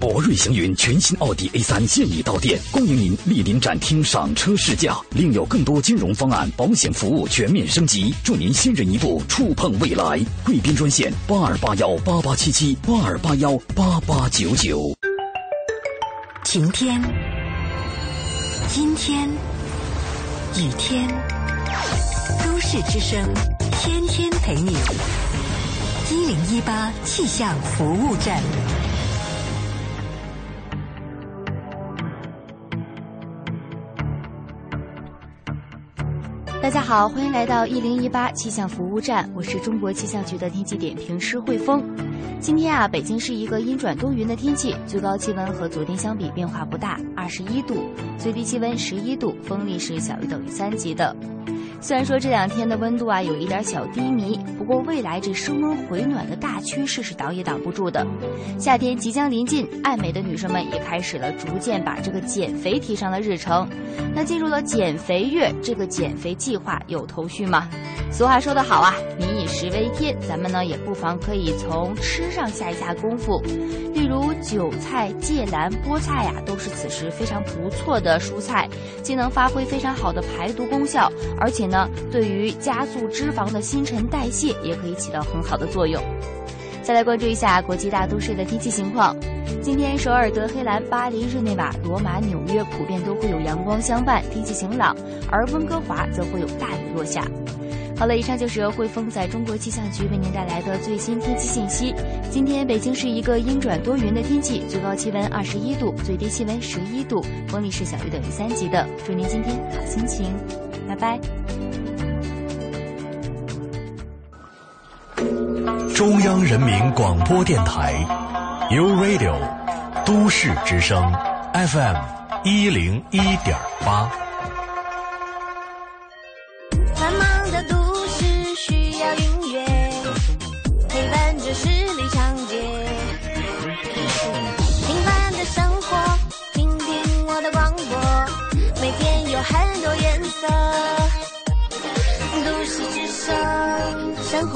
Speaker 8: 博瑞行云全新奥迪 A3 现已到店，恭迎您莅临展厅赏车试驾，另有更多金融方案、保险服务全面升级，祝您先人一步触碰未来。贵宾专线八二八幺八八七七八二八幺八八九九。
Speaker 6: 晴天、阴天、雨天，都市之声天天陪你。一零一八气象服务站，
Speaker 1: 北
Speaker 9: 大家好，欢迎来到一零一八气象服务站，我是中国气象局的天气点评师汇丰。今天啊，北京是一个阴转多云的天气，最高气温和昨天相比变化不大，二十一度；最低气温十一度，风力是小于等于三级的。虽然说这两天的温度啊有一点小低迷，不过未来这升温回暖的大趋势是挡也挡不住的。夏天即将临近，爱美的女生们也开始了逐渐把这个减肥提上了日程。那进入了减肥月，这个减肥计划有头绪吗？俗话说得好啊，民以食为天，咱们呢也不妨可以从吃上下一下功夫。例如韭菜、芥蓝、菠菜呀、啊，都是此时非常不错的蔬菜，既能发挥非常好的排毒功效，而且。呢，对于加速脂肪的新陈代谢也可以起到很好的作用。再来关注一下国际大都市的天气情况。今天，首尔、德黑兰、巴黎、日内瓦、罗马、纽约普遍都会有阳光相伴，天气晴朗；而温哥华则会有大雨落下。好了，以上就是由汇丰在中国气象局为您带来的最新天气信息。今天北京是一个阴转多云的天气，最高气温二十一度，最低气温十一度，风力是小于等于三级的。祝您今天好心情，拜拜。
Speaker 4: 中央人民广播电台，U Radio，都市之声，FM 一零一点八。
Speaker 10: 繁忙的都市需要音乐陪伴着十里长街，平凡的生活，听听我的广播，每天有很多颜色。都市之声，
Speaker 11: 生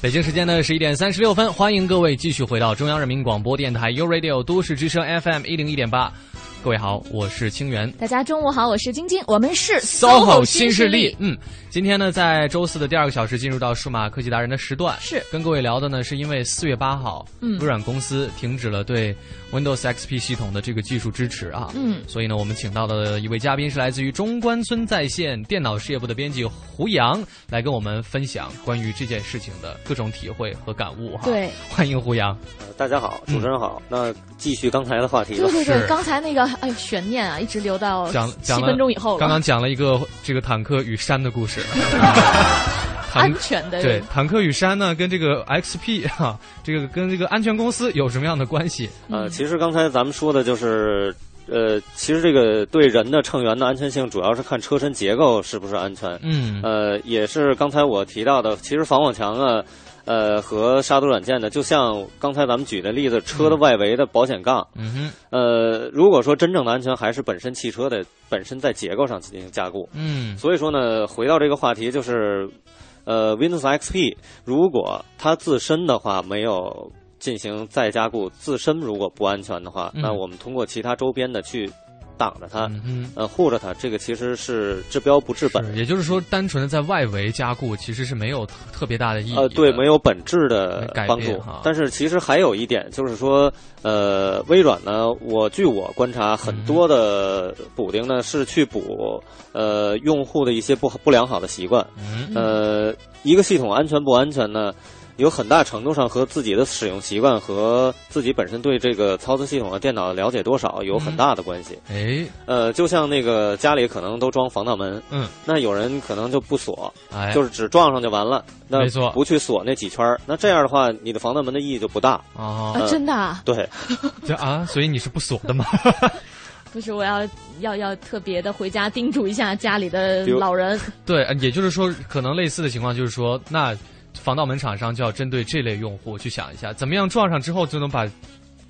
Speaker 2: 北京时间的十一点三十六分，欢迎各位继续回到中央人民广播电台 u Radio 都市之声 FM 一零一点八。各位好，我是清源。
Speaker 1: 大家中午好，我是晶晶，我们是
Speaker 2: SOHO
Speaker 1: 新
Speaker 2: 势
Speaker 1: 力。
Speaker 2: 嗯，今天呢，在周四的第二个小时进入到数码科技达人的时段，
Speaker 1: 是
Speaker 2: 跟各位聊的呢，是因为四月八号，
Speaker 1: 嗯
Speaker 2: 微软公司停止了对 Windows XP 系统的这个技术支持啊，
Speaker 1: 嗯
Speaker 2: 所以呢，我们请到的一位嘉宾是来自于中关村在线电脑事业部的编辑胡杨，来跟我们分享关于这件事情的各种体会和感悟哈。
Speaker 1: 对，
Speaker 2: 欢迎胡杨。
Speaker 3: 呃大家好，主持人好。那继续刚才的话题吧。
Speaker 1: 对对对
Speaker 2: 是，
Speaker 1: 刚才那个哎呦悬念啊，一直留到
Speaker 2: 讲
Speaker 1: 七
Speaker 2: 讲了
Speaker 1: 分钟以后啊了。
Speaker 2: 刚刚讲了一个这个坦克与山的
Speaker 1: [laughs]
Speaker 2: 故事，坦
Speaker 1: 安全的
Speaker 2: 对坦克与山呢，跟这个 XP 哈、这个跟这个安全公司有什么样的关系？
Speaker 3: 呃，其实刚才咱们说的就是，呃，其实这个对人的乘员的安全性，主要是看车身结构是不是安全。
Speaker 2: 嗯
Speaker 3: 呃，也是刚才我提到的，其实防火墙啊，呃，和杀毒软件呢，就像刚才咱们举的例子，车的外围的保险杠，
Speaker 2: 嗯哼，
Speaker 3: 呃，如果说真正的安全，还是本身汽车的本身在结构上进行加固。
Speaker 2: 嗯
Speaker 3: 所以说呢，回到这个话题，就是，呃，Windows XP 如果它自身的话没有进行再加固，自身如果不安全的话，
Speaker 2: 嗯
Speaker 3: 那我们通过其他周边的去挡着它，
Speaker 2: 嗯
Speaker 3: 呃，护着它，这个其实是治标呃不治本。
Speaker 2: 哼，也就是说，单纯的在外围加固其实是没有特特别大的意义的。
Speaker 3: 呃，对，没有本质的
Speaker 2: 改
Speaker 3: 帮
Speaker 2: 变
Speaker 3: 助
Speaker 2: 哈。
Speaker 3: 但是其实还有一点，就是说，呃，微软呢，我据我观察，很多的补丁呢是去补呃用户的一些不不良好的习惯。
Speaker 2: 嗯
Speaker 3: 呃，一个系统安全不安全呢？有很大程度上和自己的使用习惯和自己本身对这个操作系统的电脑的了解多少有很大的关系。
Speaker 2: 哎
Speaker 3: 呃，就像那个家里可能都装防盗门，
Speaker 2: 嗯
Speaker 3: 那有人可能就不锁，
Speaker 2: 哎，
Speaker 3: 就是只撞上就完了，那
Speaker 2: 没错
Speaker 3: 不去锁那几圈儿那这样的话，你的防盗门的意义就
Speaker 2: [laughs]
Speaker 3: 不大。
Speaker 2: 啊
Speaker 1: 啊，真的啊，
Speaker 3: 对，
Speaker 2: 这啊，所以你是不锁的吗？
Speaker 1: 不是我要要要特别的回家叮嘱一下家里的
Speaker 3: 比如
Speaker 1: 老人，
Speaker 2: [laughs] 对，呃也就是说，可能类似的情况就是说，那防盗门厂商就要针对这类用户去想一下，怎么样撞上之后就能把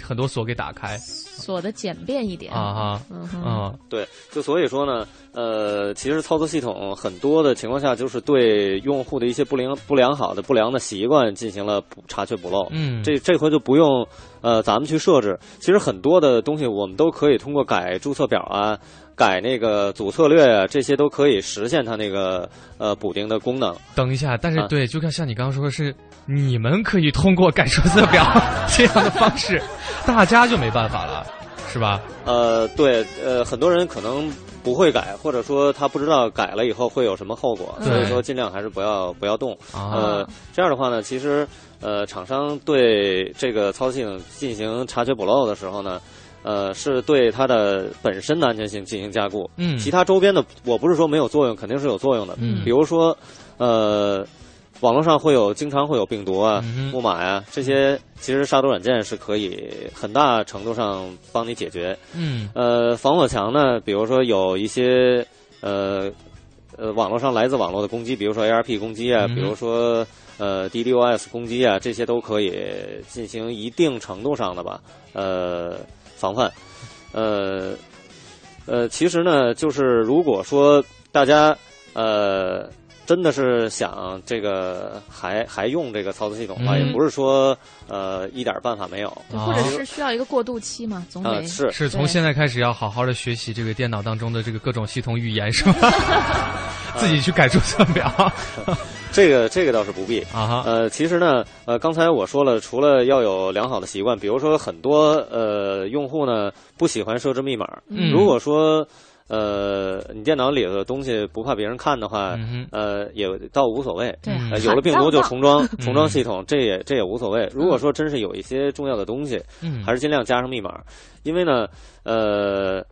Speaker 2: 很多锁给打开
Speaker 1: 锁的简便一点
Speaker 2: 啊哈，
Speaker 1: 嗯哼
Speaker 2: 啊、
Speaker 3: 对，就所以说呢，呃，其实操作系统很多的情况下，就是对用户的一些不良、不良好的、不良的习惯进行了补查缺补漏。
Speaker 2: 嗯
Speaker 3: 这这回就不用呃咱们去设置，其实很多的东西我们都可以通过改注册表啊。改那个主策略啊，这些都可以实现它那个呃补丁的功能。
Speaker 2: 等一下，但是对，就像像你刚刚说的是，你们可以通过改数字表 [laughs] 这样的方式，大家就没办法了，是吧？
Speaker 3: 呃，对，呃，很多人可能不会改，或者说他不知道改了以后会有什么后果，
Speaker 2: 对
Speaker 3: 所以说尽量还是不要不要动。
Speaker 2: 啊
Speaker 3: 呃，这样的话呢，其实呃，厂商对这个操性进行查缺补漏的时候呢。呃，是对它的本身的安全性进行加固。
Speaker 2: 嗯
Speaker 3: 其他周边的我不是说没有作用，肯定是有作用的。
Speaker 2: 嗯
Speaker 3: 比如说，呃，网络上会有经常会有病毒啊、
Speaker 2: 嗯哼
Speaker 3: 木马呀、这些，其实杀毒软件是可以很大程度上帮你解决。
Speaker 2: 嗯
Speaker 3: 呃，防火墙呢，比如说有一些呃呃网络上来自网络的攻击，比如说 ARP 攻击啊，
Speaker 2: 嗯
Speaker 3: 比如说呃 DDoS 攻击啊，这些都可以进行一定程度上的吧呃防范。呃呃，其实呢，就是如果说大家呃。真的是想这个还还用这个操作系统的话，
Speaker 2: 嗯
Speaker 3: 也不是说呃一点办法没有，
Speaker 1: 对或者
Speaker 2: 啊
Speaker 1: 是需要一个过渡期嘛，总
Speaker 3: 啊
Speaker 1: 得
Speaker 3: 是
Speaker 2: 是从
Speaker 1: 对
Speaker 2: 现在开始要好好的学习这个电脑当中的这个各种系统语言，是吧？自己去改数字表
Speaker 3: 这个这个倒是不必
Speaker 2: 啊哈
Speaker 3: 呃，其实呢，呃，刚才我说了，除了要有良好的习惯，比如说很多呃用户呢不喜欢设置密码，
Speaker 2: 嗯
Speaker 3: 如果说呃你电脑里的东西不怕别人看的话，
Speaker 2: 嗯
Speaker 3: 呃也倒无所谓。
Speaker 1: 对
Speaker 3: 呃
Speaker 1: 嗯
Speaker 3: 有了病毒就重装
Speaker 2: 嗯
Speaker 3: 重装系统，这也这也无所谓。如果说真是有一些重要的东西，
Speaker 2: 嗯
Speaker 3: 还是尽量加上密码，因为呢，呃。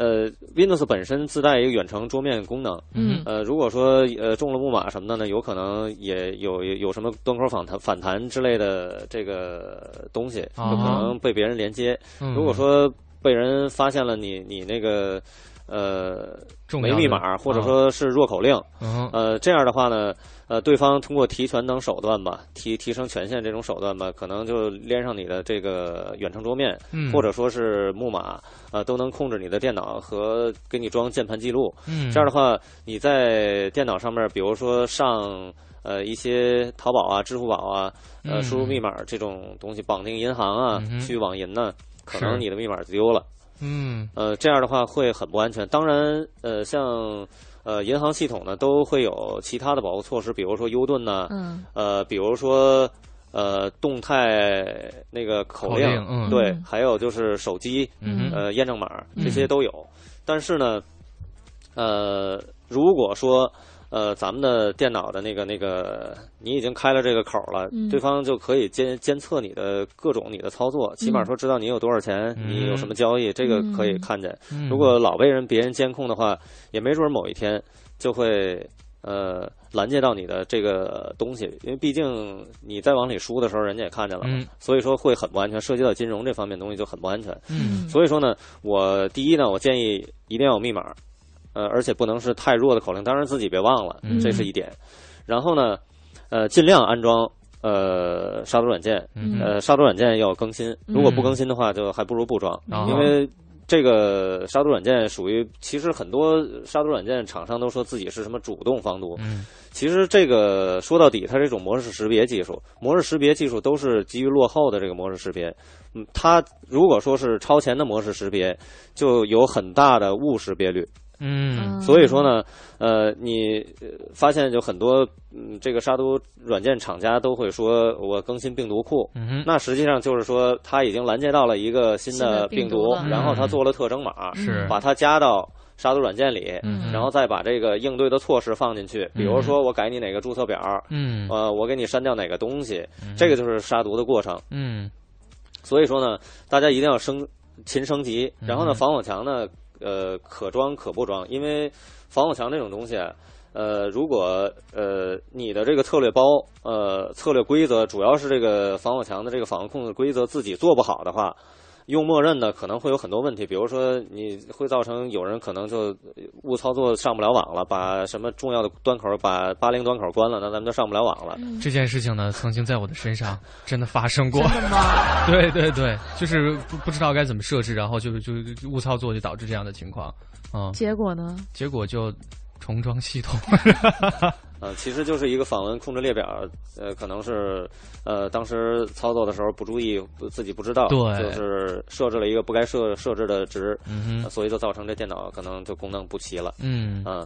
Speaker 3: 呃，Windows 本身自带一个远程桌面功能，
Speaker 2: 嗯
Speaker 3: 呃，如果说呃中了木马什么的呢，有可能也有有什么端口反弹反弹之类的这个东西，有
Speaker 2: 啊
Speaker 3: 可能被别人连接。
Speaker 2: 嗯
Speaker 3: 如果说被人发现了你你那个呃
Speaker 2: 重要
Speaker 3: 没
Speaker 2: 的
Speaker 3: 密码，或者
Speaker 2: 啊
Speaker 3: 说是弱口令，
Speaker 2: 嗯
Speaker 3: 呃，这样的话呢，呃，对方通过提权等手段吧，提提升权限这种手段吧，可能就连上你的这个远程桌面，
Speaker 2: 嗯
Speaker 3: 或者说是木马，呃，都能控制你的电脑和给你装键盘记录。
Speaker 2: 嗯
Speaker 3: 这样的话，你在电脑上面，比如说上呃一些淘宝啊、支付宝啊，呃，
Speaker 2: 嗯
Speaker 3: 输入密码这种东西，绑定银行啊、
Speaker 2: 嗯哼
Speaker 3: 去网银呢，可
Speaker 2: 是
Speaker 3: 能你的密码就丢了。
Speaker 2: 嗯
Speaker 3: 呃，这样的话会很不安全。当然，呃，像呃银行系统呢，都会有其他的保护措施，比如说 U 盾呐，
Speaker 1: 嗯
Speaker 3: 呃，比如说呃动态那个口令，
Speaker 2: 口令嗯
Speaker 3: 对
Speaker 1: 嗯，
Speaker 3: 还有就是手机，
Speaker 2: 嗯
Speaker 3: 呃，验证码
Speaker 1: 嗯
Speaker 3: 这些都有。但是呢，呃，如果说呃，咱们的电脑的那个那个，你已经开了这个口了，
Speaker 1: 嗯
Speaker 3: 对方就可以监监测你的各种你的操作，起码说知道你有多少钱，
Speaker 2: 嗯
Speaker 3: 你有什么交易，这个可以看见。
Speaker 2: 嗯
Speaker 3: 如果老被人别人监控的话，也没准儿某一天就会呃拦截到你的这个东西，因为毕竟你再往里输的时候，人家也看见了嘛，
Speaker 2: 嗯
Speaker 3: 所以说会很不安全，涉及到金融这方面东西就很不安全。
Speaker 2: 嗯
Speaker 3: 所以说呢，我第一呢，我建议一定要有密码，呃，而且不能是太弱的口令，当然自己别忘了
Speaker 2: 嗯，
Speaker 3: 这是一点。然后呢，呃，尽量安装呃杀毒软件，
Speaker 2: 嗯
Speaker 3: 呃，杀毒软件要更新，如果不更新的话，就还不如不装，
Speaker 2: 啊
Speaker 3: 因为。这个杀毒软件属于，其实很多呃杀毒软件厂商都说自己是什么主动防毒，
Speaker 2: 嗯
Speaker 3: 其实这个说到底，它这种模式识别技术，模式识别技术都是基于落后的这个模式识别。嗯，它如果说是超前的模式识别，就有很大的误识别率。
Speaker 2: 嗯
Speaker 3: 所以说呢，呃，你呃发现有很多嗯，这个杀毒软件厂家都会说我更新病毒库，
Speaker 2: 嗯哼，
Speaker 3: 那实际上就是说他已经拦截到了一个新
Speaker 1: 新的
Speaker 3: 的
Speaker 1: 病
Speaker 3: 病
Speaker 1: 毒
Speaker 3: 毒，
Speaker 1: 了
Speaker 3: 然后他
Speaker 2: 嗯
Speaker 3: 做了特征码，
Speaker 2: 是
Speaker 3: 把它加到杀毒软件里，
Speaker 2: 嗯
Speaker 3: 然后再把这个应对的措施放进去，比如说我改你哪个注册表，
Speaker 2: 嗯
Speaker 3: 呃，我给你删掉哪个东西，这个就是杀毒的过程。
Speaker 2: 嗯
Speaker 3: 所以说呢，大家一定要升勤升级。然后
Speaker 2: 嗯
Speaker 3: 呢，防火墙呢，呃，可装可不装，因为防火墙这种东西啊。呃，如果呃你的这个策略包呃策略规则主要是这个防火墙的这个防控的规则自己做不好的话，用默认呢可能会有很多问题，比如说你会造成有人可能就误操作上不了网了，把什么重要的端口把八零端口关了，那咱们就上不了网了。
Speaker 2: 这件事情呢，曾经在我的身上真的发生过。
Speaker 1: 真的吗？
Speaker 2: 对对对，就是不不知道该怎么设置，然后就就就误操作就导致这样的情况啊、
Speaker 1: 结果呢？
Speaker 2: 结果就重装系统，
Speaker 3: 呃，其实就是一个访问控制列表，呃，可能是呃当时操作的时候不注意，不自己不知道，
Speaker 2: 对
Speaker 3: 就是设置了一个不该设设置的值，
Speaker 2: 嗯
Speaker 3: 呃所以就造成这电脑可能就功能不齐了，
Speaker 2: 嗯
Speaker 3: 嗯，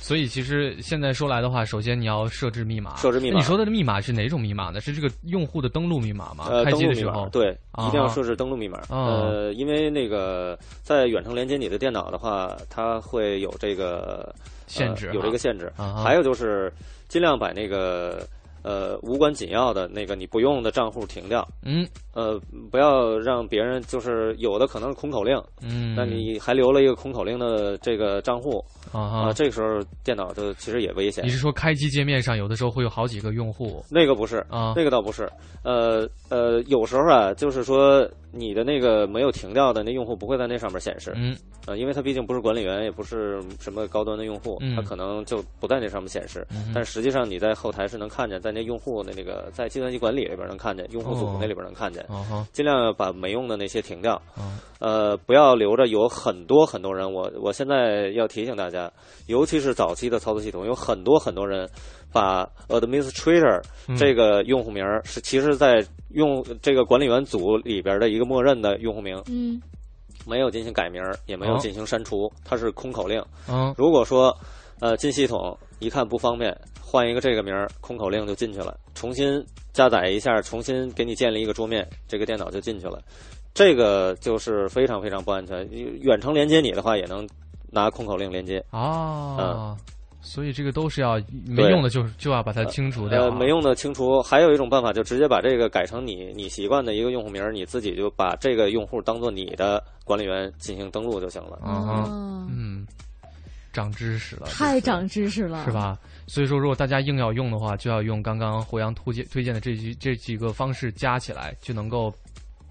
Speaker 2: 所以其实现在说来的话，首先你要设置密码。
Speaker 3: 设置密码
Speaker 2: 那你说的密码是哪种密码呢？是这个用户的登录密码吗？
Speaker 3: 呃，
Speaker 2: 啊开
Speaker 3: 登
Speaker 2: 机
Speaker 3: 录
Speaker 2: 的
Speaker 3: 密
Speaker 2: 时
Speaker 3: 码
Speaker 2: 候
Speaker 3: 对，一定要设
Speaker 2: 置。
Speaker 3: 置登录密码。
Speaker 2: 哦
Speaker 3: 呃，因为那个在远程连接你的电脑的话，它会有这个呃
Speaker 2: 限制
Speaker 3: 有
Speaker 2: 哈
Speaker 3: 这个限制。
Speaker 2: 啊哈
Speaker 3: 还有就是尽量把那个呃无关紧要的那个你不用的账户停掉。
Speaker 2: 嗯
Speaker 3: 呃，不要让别人就是有的可能是空口令，
Speaker 2: 嗯，
Speaker 3: 那你还留了一个空口令的这个账户
Speaker 2: 啊
Speaker 3: 啊、
Speaker 2: 哈
Speaker 3: 这个时候电脑就其实也危险
Speaker 2: 你。是说开机界面上有的时候会有好几个用户？
Speaker 3: 那个不是
Speaker 2: 啊
Speaker 3: 那个倒不是，呃呃，有时候啊，就是说你的那个没有停掉的那用户不会在那上面显示，
Speaker 2: 嗯，
Speaker 3: 呃，因为他毕竟不是管理员，也不是什么高端的用户，
Speaker 2: 嗯
Speaker 3: 他可能就不在那上面显示。
Speaker 2: 嗯哼
Speaker 3: 但实际上你在后台是能看见，在那用户的那个在计算机管理里边能看见，用户组
Speaker 2: 哦
Speaker 3: 那里边能看见，
Speaker 2: 啊哈
Speaker 3: 尽量把没用的那些停掉。
Speaker 2: 啊
Speaker 3: 呃，不要留着有很多很多人，我我现在要提醒大家，尤其是早期的操作系统，有很多很多人把 administrator
Speaker 2: 嗯
Speaker 3: 这个用户名儿是其实在用这个管理员组里边的一个默认的用户名，
Speaker 1: 嗯，
Speaker 3: 没有进行改名儿，也没有
Speaker 2: 哦
Speaker 3: 进行删除，它是空口令。
Speaker 2: 嗯
Speaker 3: 如果说呃进系统一看不方便，换一个这个名儿，空口令就进去了，重新加载一下，重新给你建立一个桌面，这个电脑就进去了。这个就是非常非常不安全。远程连接你的话，也能拿空口令连接。
Speaker 2: 啊
Speaker 3: 嗯，
Speaker 2: 所以这个都是要没用的，就是就要把它清除掉
Speaker 3: 呃，
Speaker 2: 啊。
Speaker 3: 没用的清除。还有一种办法，就直接把这个改成你你习惯的一个用户名儿，你自己就把这个用户当做你的管理员进行登录就行了。
Speaker 2: 啊哈
Speaker 1: 哦
Speaker 2: 嗯，长知识了，
Speaker 1: 太
Speaker 2: 这是
Speaker 1: 长知识了，
Speaker 2: 是？吧？所以说，如果大家硬要用的话，就要用刚刚胡杨推荐推荐的这几这几个方式加起来，就能够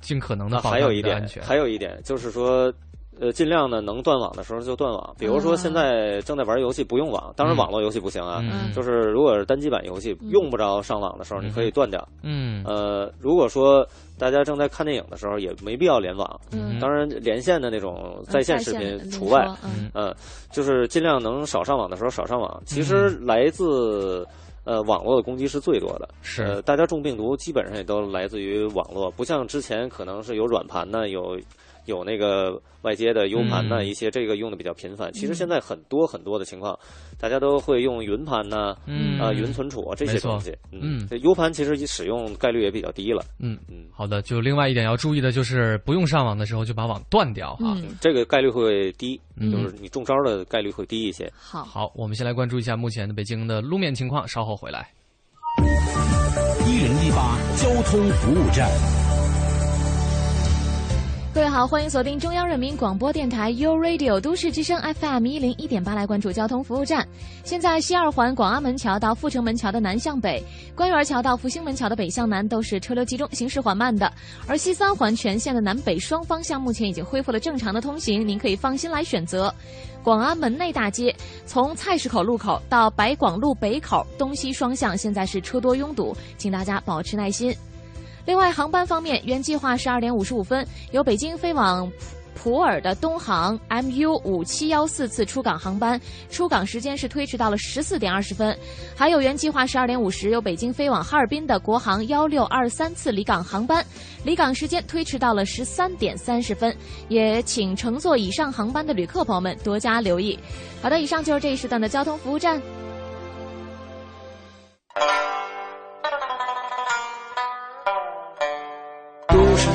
Speaker 2: 尽可能的
Speaker 3: 那
Speaker 2: 保
Speaker 3: 啊还
Speaker 2: 障
Speaker 3: 有
Speaker 2: 你
Speaker 3: 一
Speaker 2: 的
Speaker 3: 点
Speaker 2: 安，全。
Speaker 3: 还有一点就是说，呃，尽量呢能断网的时候就断网。比如说现在正在玩游戏不用网，当然
Speaker 2: 嗯
Speaker 3: 网络游戏不行啊，
Speaker 2: 嗯
Speaker 3: 就是如果是单机版游戏
Speaker 1: 嗯
Speaker 3: 用不着上网的时候，你可以断掉。
Speaker 2: 嗯
Speaker 3: 呃，如果说大家正在看电影的时候，也没必要联网。
Speaker 1: 嗯
Speaker 3: 当然，连线的那种在线视频除
Speaker 1: 嗯
Speaker 3: 外。
Speaker 1: 在线连说，嗯
Speaker 3: 嗯，就是尽量能少上网的时候少上网。其实
Speaker 2: 嗯
Speaker 3: 来自、呃网络的攻击是最多的，
Speaker 2: 是
Speaker 3: 呃大家中病毒基本上也都来自于网络，不像之前可能是有软盘呢，有有那个外接的 U 盘呢，
Speaker 2: 嗯
Speaker 3: 一些这个用的比较频繁。其实现在很多很多的情况，大家都会用云盘呢，
Speaker 2: 嗯
Speaker 3: 啊、云存储啊这
Speaker 2: 没
Speaker 3: 些
Speaker 2: 错
Speaker 3: 东西。
Speaker 2: 嗯
Speaker 3: 这 U 盘其实使用概率也比较低了，
Speaker 2: 嗯，
Speaker 3: 嗯，
Speaker 2: 好的。就另外一点要注意的就是，不用上网的时候就把网断掉哈。
Speaker 1: 嗯，
Speaker 3: 这个概率会低，
Speaker 2: 嗯
Speaker 3: 就是你中招的概率会低一些。
Speaker 1: 好。
Speaker 2: 好，我们先来关注一下目前的北京的路面情况，稍后回来。
Speaker 4: 一零一八交通服务站。
Speaker 1: 各位好，欢迎锁定中央人民广播电台 u Radio 都市之声 FM 一零一点八，来关注交通服务站。现在西二环广安门桥到阜成门桥的南向北，官园桥到复兴门桥的北向南都是车流集中，行驶缓慢的。而西三环全线的南北双方向目前已经恢复了正常的通行，您可以放心来选择。广安门内大街从菜市口路口到白广路北口东西双向现在是车多拥堵，请大家保持耐心。另外，航班方面，原计划是二点五十五分由北京飞往普洱的东航 MU 五七幺四次出港航班，出港时间是推迟到了十四点二十分。还有原计划是二点五十由北京飞往哈尔滨的国航幺六二三次离港航班，离港时间推迟到了十三点三十分。也请乘坐以上航班的旅客朋友们多加留意。好的，以上就是这一时段的交通服务站。
Speaker 11: 都市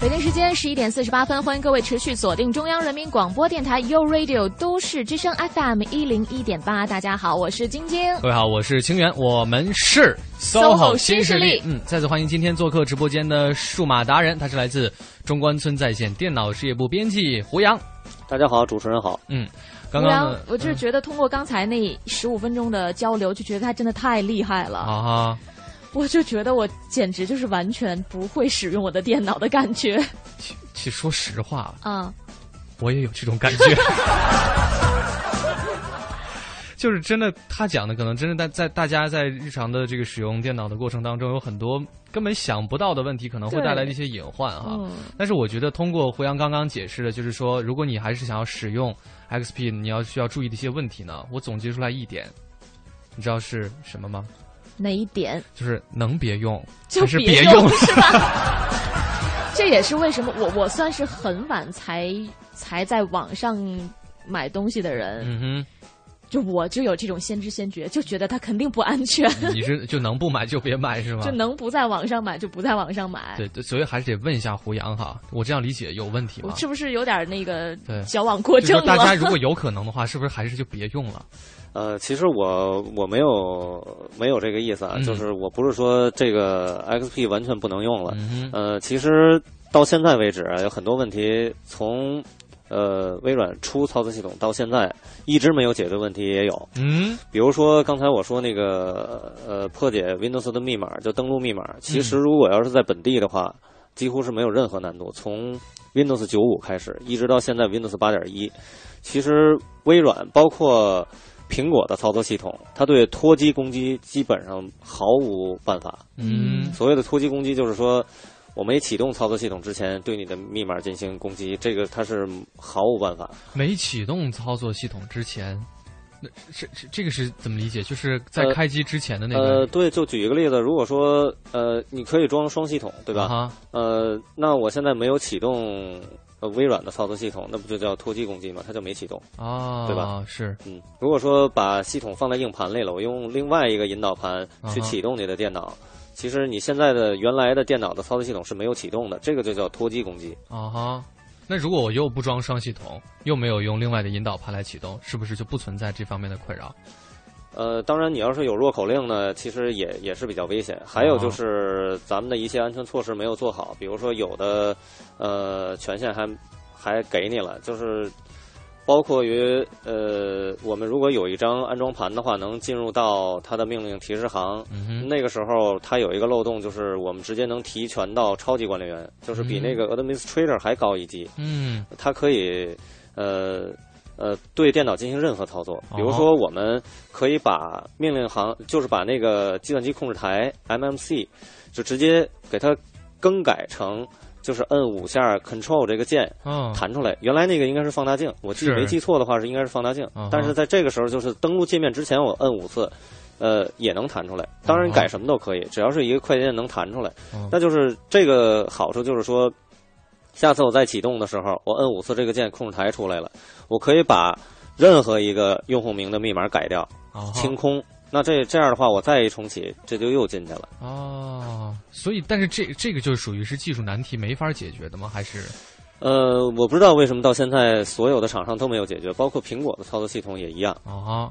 Speaker 1: 北京时间十一点四十八分，欢迎各位持续锁定中央人民广播电台 u Radio 都市之声 FM 一零一点八。大家好，我是晶晶。
Speaker 2: 各位好，我是清源，我们是
Speaker 1: SOHO 新势
Speaker 2: 势
Speaker 1: 力
Speaker 2: 嗯，再次欢迎今天做客直播间的数码达人，他是来自中关村在线电脑事业部编辑胡杨。
Speaker 3: 大家好，主持人好。
Speaker 2: 嗯，刚
Speaker 1: 吴
Speaker 2: 刚
Speaker 1: 阳
Speaker 2: 呢，
Speaker 1: 我就是觉得通过刚才那十五分钟的交流，就觉得他真的太厉害了。
Speaker 2: 啊哈，
Speaker 1: 我就觉得我简直就是完全不会使用我的电脑的感觉。
Speaker 2: 其其实说实话
Speaker 1: 啊，
Speaker 2: 我也有这种感觉。 [laughs] 就是真的，他讲的可能真的在在大家在日常的这个使用电脑的过程当中，有很多根本想不到的问题，可能会带来一些隐患哈、
Speaker 1: 嗯
Speaker 2: 但是我觉得通过胡杨刚刚解释的，就是说，如果你还是想要使用 XP，你要需要注意的一些问题呢，我总结出来一点，你知道是什么吗？
Speaker 1: 哪一点？
Speaker 2: 就是能别用
Speaker 1: 就
Speaker 2: 还是
Speaker 1: 别
Speaker 2: 用，
Speaker 1: 是吧？
Speaker 2: [laughs]
Speaker 1: 这也是为什么我我算是很晚才才在网上买东西的人，
Speaker 2: 嗯
Speaker 1: 就我就有这种先知先觉，就觉得它肯定不安全，
Speaker 2: 哼，你是就能不买就别买是吗？
Speaker 1: [laughs] 就能不在网上买就不在网上买。
Speaker 2: 对对，所以还是得问一下胡杨哈，我这样理解有问题吗
Speaker 1: 我？是不是有点那个
Speaker 2: 对，
Speaker 1: 矫枉过正
Speaker 2: 就是
Speaker 1: 了？
Speaker 2: 大家
Speaker 1: [laughs]
Speaker 2: 如果有可能的话，是不是还是就别用了？
Speaker 3: 呃，其实我我没有没有这个意思啊，就是我不是说这个 XP 完全不能用了，
Speaker 2: 嗯
Speaker 3: 呃，其实到现在为止啊，有很多问题从呃微软出操作系统到现在一直没有解决问题也有，
Speaker 2: 嗯，
Speaker 3: 比如说刚才我说那个呃破解 Windows 的密码，就登录密码，其实如果要是在本地的话，几乎是没有任何难度。从 Windows 九五开始，一直到现在 Windows 八点一，其实微软包括苹果的操作系统，它对脱机攻击基本上毫无办法。
Speaker 2: 嗯，
Speaker 3: 所谓的脱机攻击就是说。我没启动操作系统之前，对你的密码进行攻击，这个它是毫无办法。
Speaker 2: 没启动操作系统之前，那是是这个是怎么理解？就是在
Speaker 3: 呃
Speaker 2: 开机之前的那
Speaker 3: 呃，
Speaker 2: 个
Speaker 3: 对，就举一个例子，如果说呃，你可以装双系统，对吧？
Speaker 2: 啊
Speaker 3: 呃，那我现在没有启动呃微软的操作系统，那不就叫脱机攻击吗？它就没启动。
Speaker 2: 啊，
Speaker 3: 对吧？
Speaker 2: 是，
Speaker 3: 嗯，如果说把系统放在硬盘里了，我用另外一个引导盘
Speaker 2: 啊哈
Speaker 3: 去启动你的电脑，其实你现在的原来的电脑的操作系统是没有启动的，这个就叫脱机攻击。
Speaker 2: 啊哈。那如果我又不装双系统，又没有用另外的引导盘来启动，是不是就不存在这方面的困扰？
Speaker 3: 呃，当然，你要是有弱口令呢，其实也也是比较危险。还有就是咱们的一些安全措施没有做好，比如说有的呃权限还还给你了，就是包括于呃我们如果有一张安装盘的话，能进入到它的命令提示行，
Speaker 2: 嗯
Speaker 3: 那个时候它有一个漏洞，就是我们直接能提权到超级管理员，就是比那个 administrator 还高一级。
Speaker 2: 嗯
Speaker 3: 它可以呃呃对电脑进行任何操作，
Speaker 2: 哦
Speaker 3: 比如说我们可以把命令行，就是把那个计算机控制台 MMC 就直接给它更改成。就是摁五下 Control 这个键，
Speaker 2: 嗯
Speaker 3: 弹出来。原来那个应该是放大镜，我记
Speaker 2: 是
Speaker 3: 没记错的话是应该是放大镜
Speaker 2: 嗯哼。
Speaker 3: 但是在这个时候，就是登录界面之前，我摁五次，呃，也能弹出来。当然
Speaker 2: 嗯哼
Speaker 3: 改什么都可以，只要是一个快捷键能弹出来
Speaker 2: 嗯。
Speaker 3: 那就是这个好处就是说，下次我再启动的时候，我摁五次这个键，控制台出来了，我可以把任何一个用户名的密码改掉，
Speaker 2: 啊
Speaker 3: 清空。那这这样的话，我再一重启，这就又进去了。
Speaker 2: 哦，所以但是这这个就属于是技术难题没法解决的吗？还是
Speaker 3: 呃，我不知道为什么到现在所有的厂商都没有解决，包括苹果的操作系统也一样。
Speaker 2: 啊？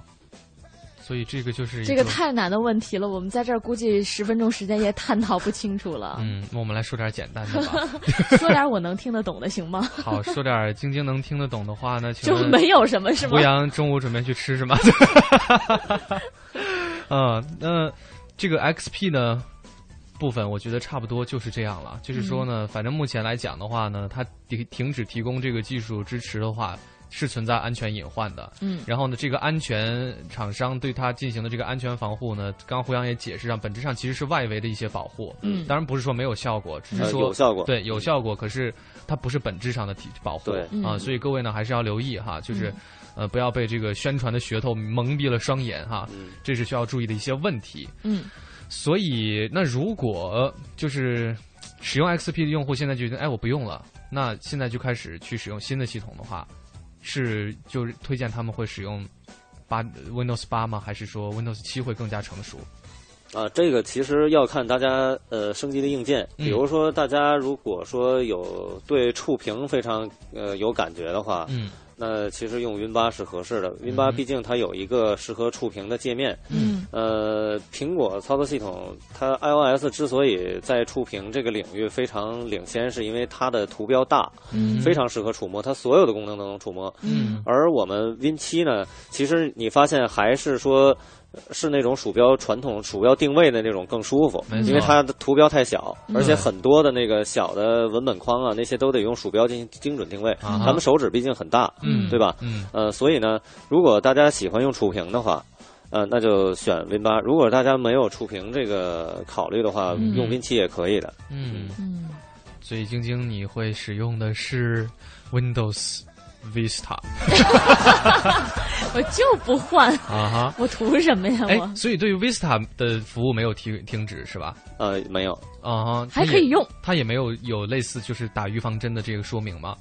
Speaker 2: 所以这个就是一
Speaker 1: 这个太难的问题了，我们在这儿估计十分钟时间也探讨不清楚了。
Speaker 2: 嗯，那我们来说点简单的吧。
Speaker 1: [laughs] 说点我能听得懂的行吗？
Speaker 2: [laughs] 好，说点晶晶能听得懂的
Speaker 1: [laughs]
Speaker 2: 话呢，请
Speaker 1: 就
Speaker 2: 问
Speaker 1: 没有什么是吗
Speaker 2: 胡？杨中午准备去吃 [laughs] 什么？嗯，那这个 XP 呢部分，我觉得差不多就是这样了。就是说
Speaker 1: 嗯
Speaker 2: 呢，反正目前来讲的话呢，它停停止提供这个技术支持的话。是存在安全隐患的，
Speaker 1: 嗯
Speaker 2: 然后呢，这个安全厂商对它进行的这个安全防护呢，刚刚胡杨也解释上，本质上其实是外围的一些保护，
Speaker 1: 嗯
Speaker 2: 当然不是说没有效果，只是
Speaker 3: 呃
Speaker 2: 说、
Speaker 3: 有效果
Speaker 2: 对，有效果，可是它不是本质上的提保护，
Speaker 3: 对
Speaker 2: 啊，
Speaker 3: 嗯
Speaker 2: 所以各位呢还是要留意哈，就是
Speaker 3: 嗯
Speaker 2: 呃，不要被这个宣传的噱头蒙蔽了双眼哈，这是需要注意的一些问题。
Speaker 1: 嗯，
Speaker 2: 所以，那如果就是使用 XP 的用户现在决定，哎，我不用了，那现在就开始去使用新的系统的话，是就是推荐他们会使用八 Windows 八吗？还是说 Windows 七会更加成熟？
Speaker 3: 啊，这个其实要看大家呃升级的硬件，
Speaker 2: 嗯
Speaker 3: 比如说大家如果说有对触屏非常呃有感觉的话，
Speaker 2: 嗯，
Speaker 3: 那其实用 Win 八是合适的。Win 八毕竟它有一个适合触屏的界面，
Speaker 1: 嗯，
Speaker 3: 呃，苹果操作系统它 iOS 之所以在触屏这个领域非常领先，是因为它的图标大，
Speaker 2: 嗯
Speaker 3: 非常适合触摸，它所有的功能都能触摸，
Speaker 2: 嗯，
Speaker 3: 而我们 Win 七呢，其实你发现还是说呃是那种鼠标传统鼠标定位的那种更舒服，因为它的图标太小，
Speaker 2: 嗯
Speaker 3: 而且很多的那个小的文本框啊，那些都得用鼠标进行精准定位。
Speaker 2: 啊哈
Speaker 3: 咱们手指毕竟很大，
Speaker 2: 嗯
Speaker 3: 对吧？
Speaker 2: 嗯
Speaker 3: 呃，所以呢，如果大家喜欢用触屏的话。呃，那就选 Win 八。如果大家没有触屏这个考虑的话，
Speaker 2: 嗯
Speaker 3: 用 Win 七也可以的。
Speaker 2: 嗯嗯，所以晶晶你会使用的是 Windows Vista
Speaker 1: 我就不换，
Speaker 2: 啊哈。
Speaker 1: 我图什么呀？
Speaker 2: 哎
Speaker 1: 我，
Speaker 2: 所以对于 Vista 的服务没有停停止是吧？
Speaker 3: 呃，没有
Speaker 2: 啊哈，
Speaker 1: 还可以用
Speaker 2: 它也。它也没有有类似就是打预防针的这个说明吗？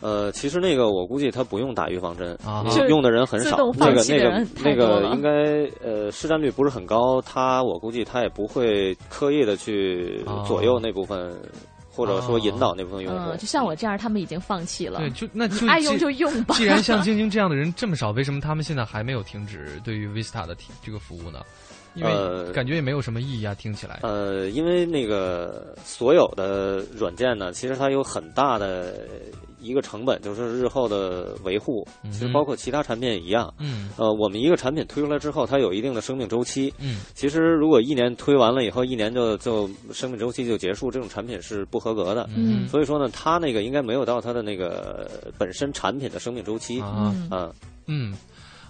Speaker 3: 呃，其实那个我估计他不用打预防针，
Speaker 2: 啊
Speaker 3: 因为用的人很少
Speaker 2: 自动。
Speaker 3: 那
Speaker 2: 放
Speaker 3: 个
Speaker 2: 弃
Speaker 3: 那
Speaker 2: 的
Speaker 3: 个
Speaker 2: 人
Speaker 3: 那
Speaker 2: 太多了
Speaker 3: 个应该呃市占率不是很高，他我估计他也不会刻意的去
Speaker 2: 哦
Speaker 3: 左右那部分，或者
Speaker 2: 啊
Speaker 3: 说引导那部分用户。
Speaker 1: 嗯，就像我这样，他们已经放弃了。
Speaker 2: 对，就那就
Speaker 1: 你爱用
Speaker 2: 既
Speaker 1: 就用吧。
Speaker 2: [laughs] 既
Speaker 1: [laughs]
Speaker 2: 然像晶晶这样的人这么少，为什么他们现在还没有停止对于 Vista 的提这个服务呢？因为
Speaker 3: 呃
Speaker 2: 感觉也没有什么意义啊，听起来。
Speaker 3: 呃，因为那个所有的软件呢，其实它有很大的一个成本，就是日后的维护，
Speaker 2: 嗯
Speaker 3: 其实包括其他产品也一样。
Speaker 2: 嗯
Speaker 3: 呃，我们一个产品推出来之后，它有一定的生命周期。
Speaker 2: 嗯，
Speaker 3: 其实如果一年推完了以后，一年就就生命周期就结束，这种产品是不合格的。
Speaker 2: 嗯
Speaker 3: 所以说呢，它那个应该没有到它的那个呃本身产品的生命周期
Speaker 2: 啊
Speaker 3: 嗯
Speaker 2: 嗯，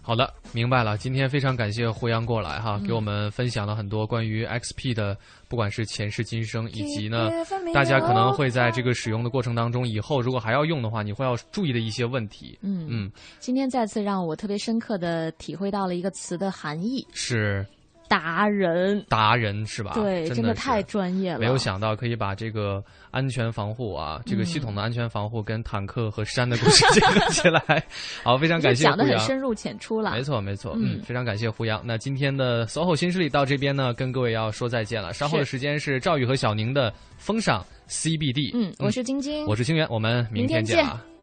Speaker 2: 好的，明白了。今天非常感谢胡杨过来
Speaker 1: 嗯
Speaker 2: 哈，给我们分享了很多关于 XP 的，不管是前世今生，以及呢，大家可能会在这个使用的过程当中，以后如果还要用的话，你会要注意的一些问题。
Speaker 1: 嗯
Speaker 2: 嗯，
Speaker 1: 今天再次让我特别深刻的体会到了一个词的含义
Speaker 2: 是
Speaker 1: ——达人。
Speaker 2: 达人是吧？
Speaker 1: 对，
Speaker 2: 真
Speaker 1: 啊真的
Speaker 2: 是
Speaker 1: 太专业了。
Speaker 2: 没有想到可以把这个安全防护啊，这个系统的
Speaker 1: 嗯
Speaker 2: 安全防护跟坦克和山的故事结合起来。好，非常感谢
Speaker 1: 讲
Speaker 2: 胡
Speaker 1: 的很
Speaker 2: 杨。
Speaker 1: 深入浅出了。
Speaker 2: 没错，没错，
Speaker 1: 嗯
Speaker 2: 嗯，非常感谢胡杨。那今天的 SOHO 新势力到这边呢，跟各位要说再见了。稍后的
Speaker 1: 是
Speaker 2: 时间是赵宇和小宁的《风尚 CBD》。
Speaker 1: 嗯我是晶晶
Speaker 2: 我是清源，我们明
Speaker 1: 明天
Speaker 2: 见
Speaker 1: 见
Speaker 2: 啊。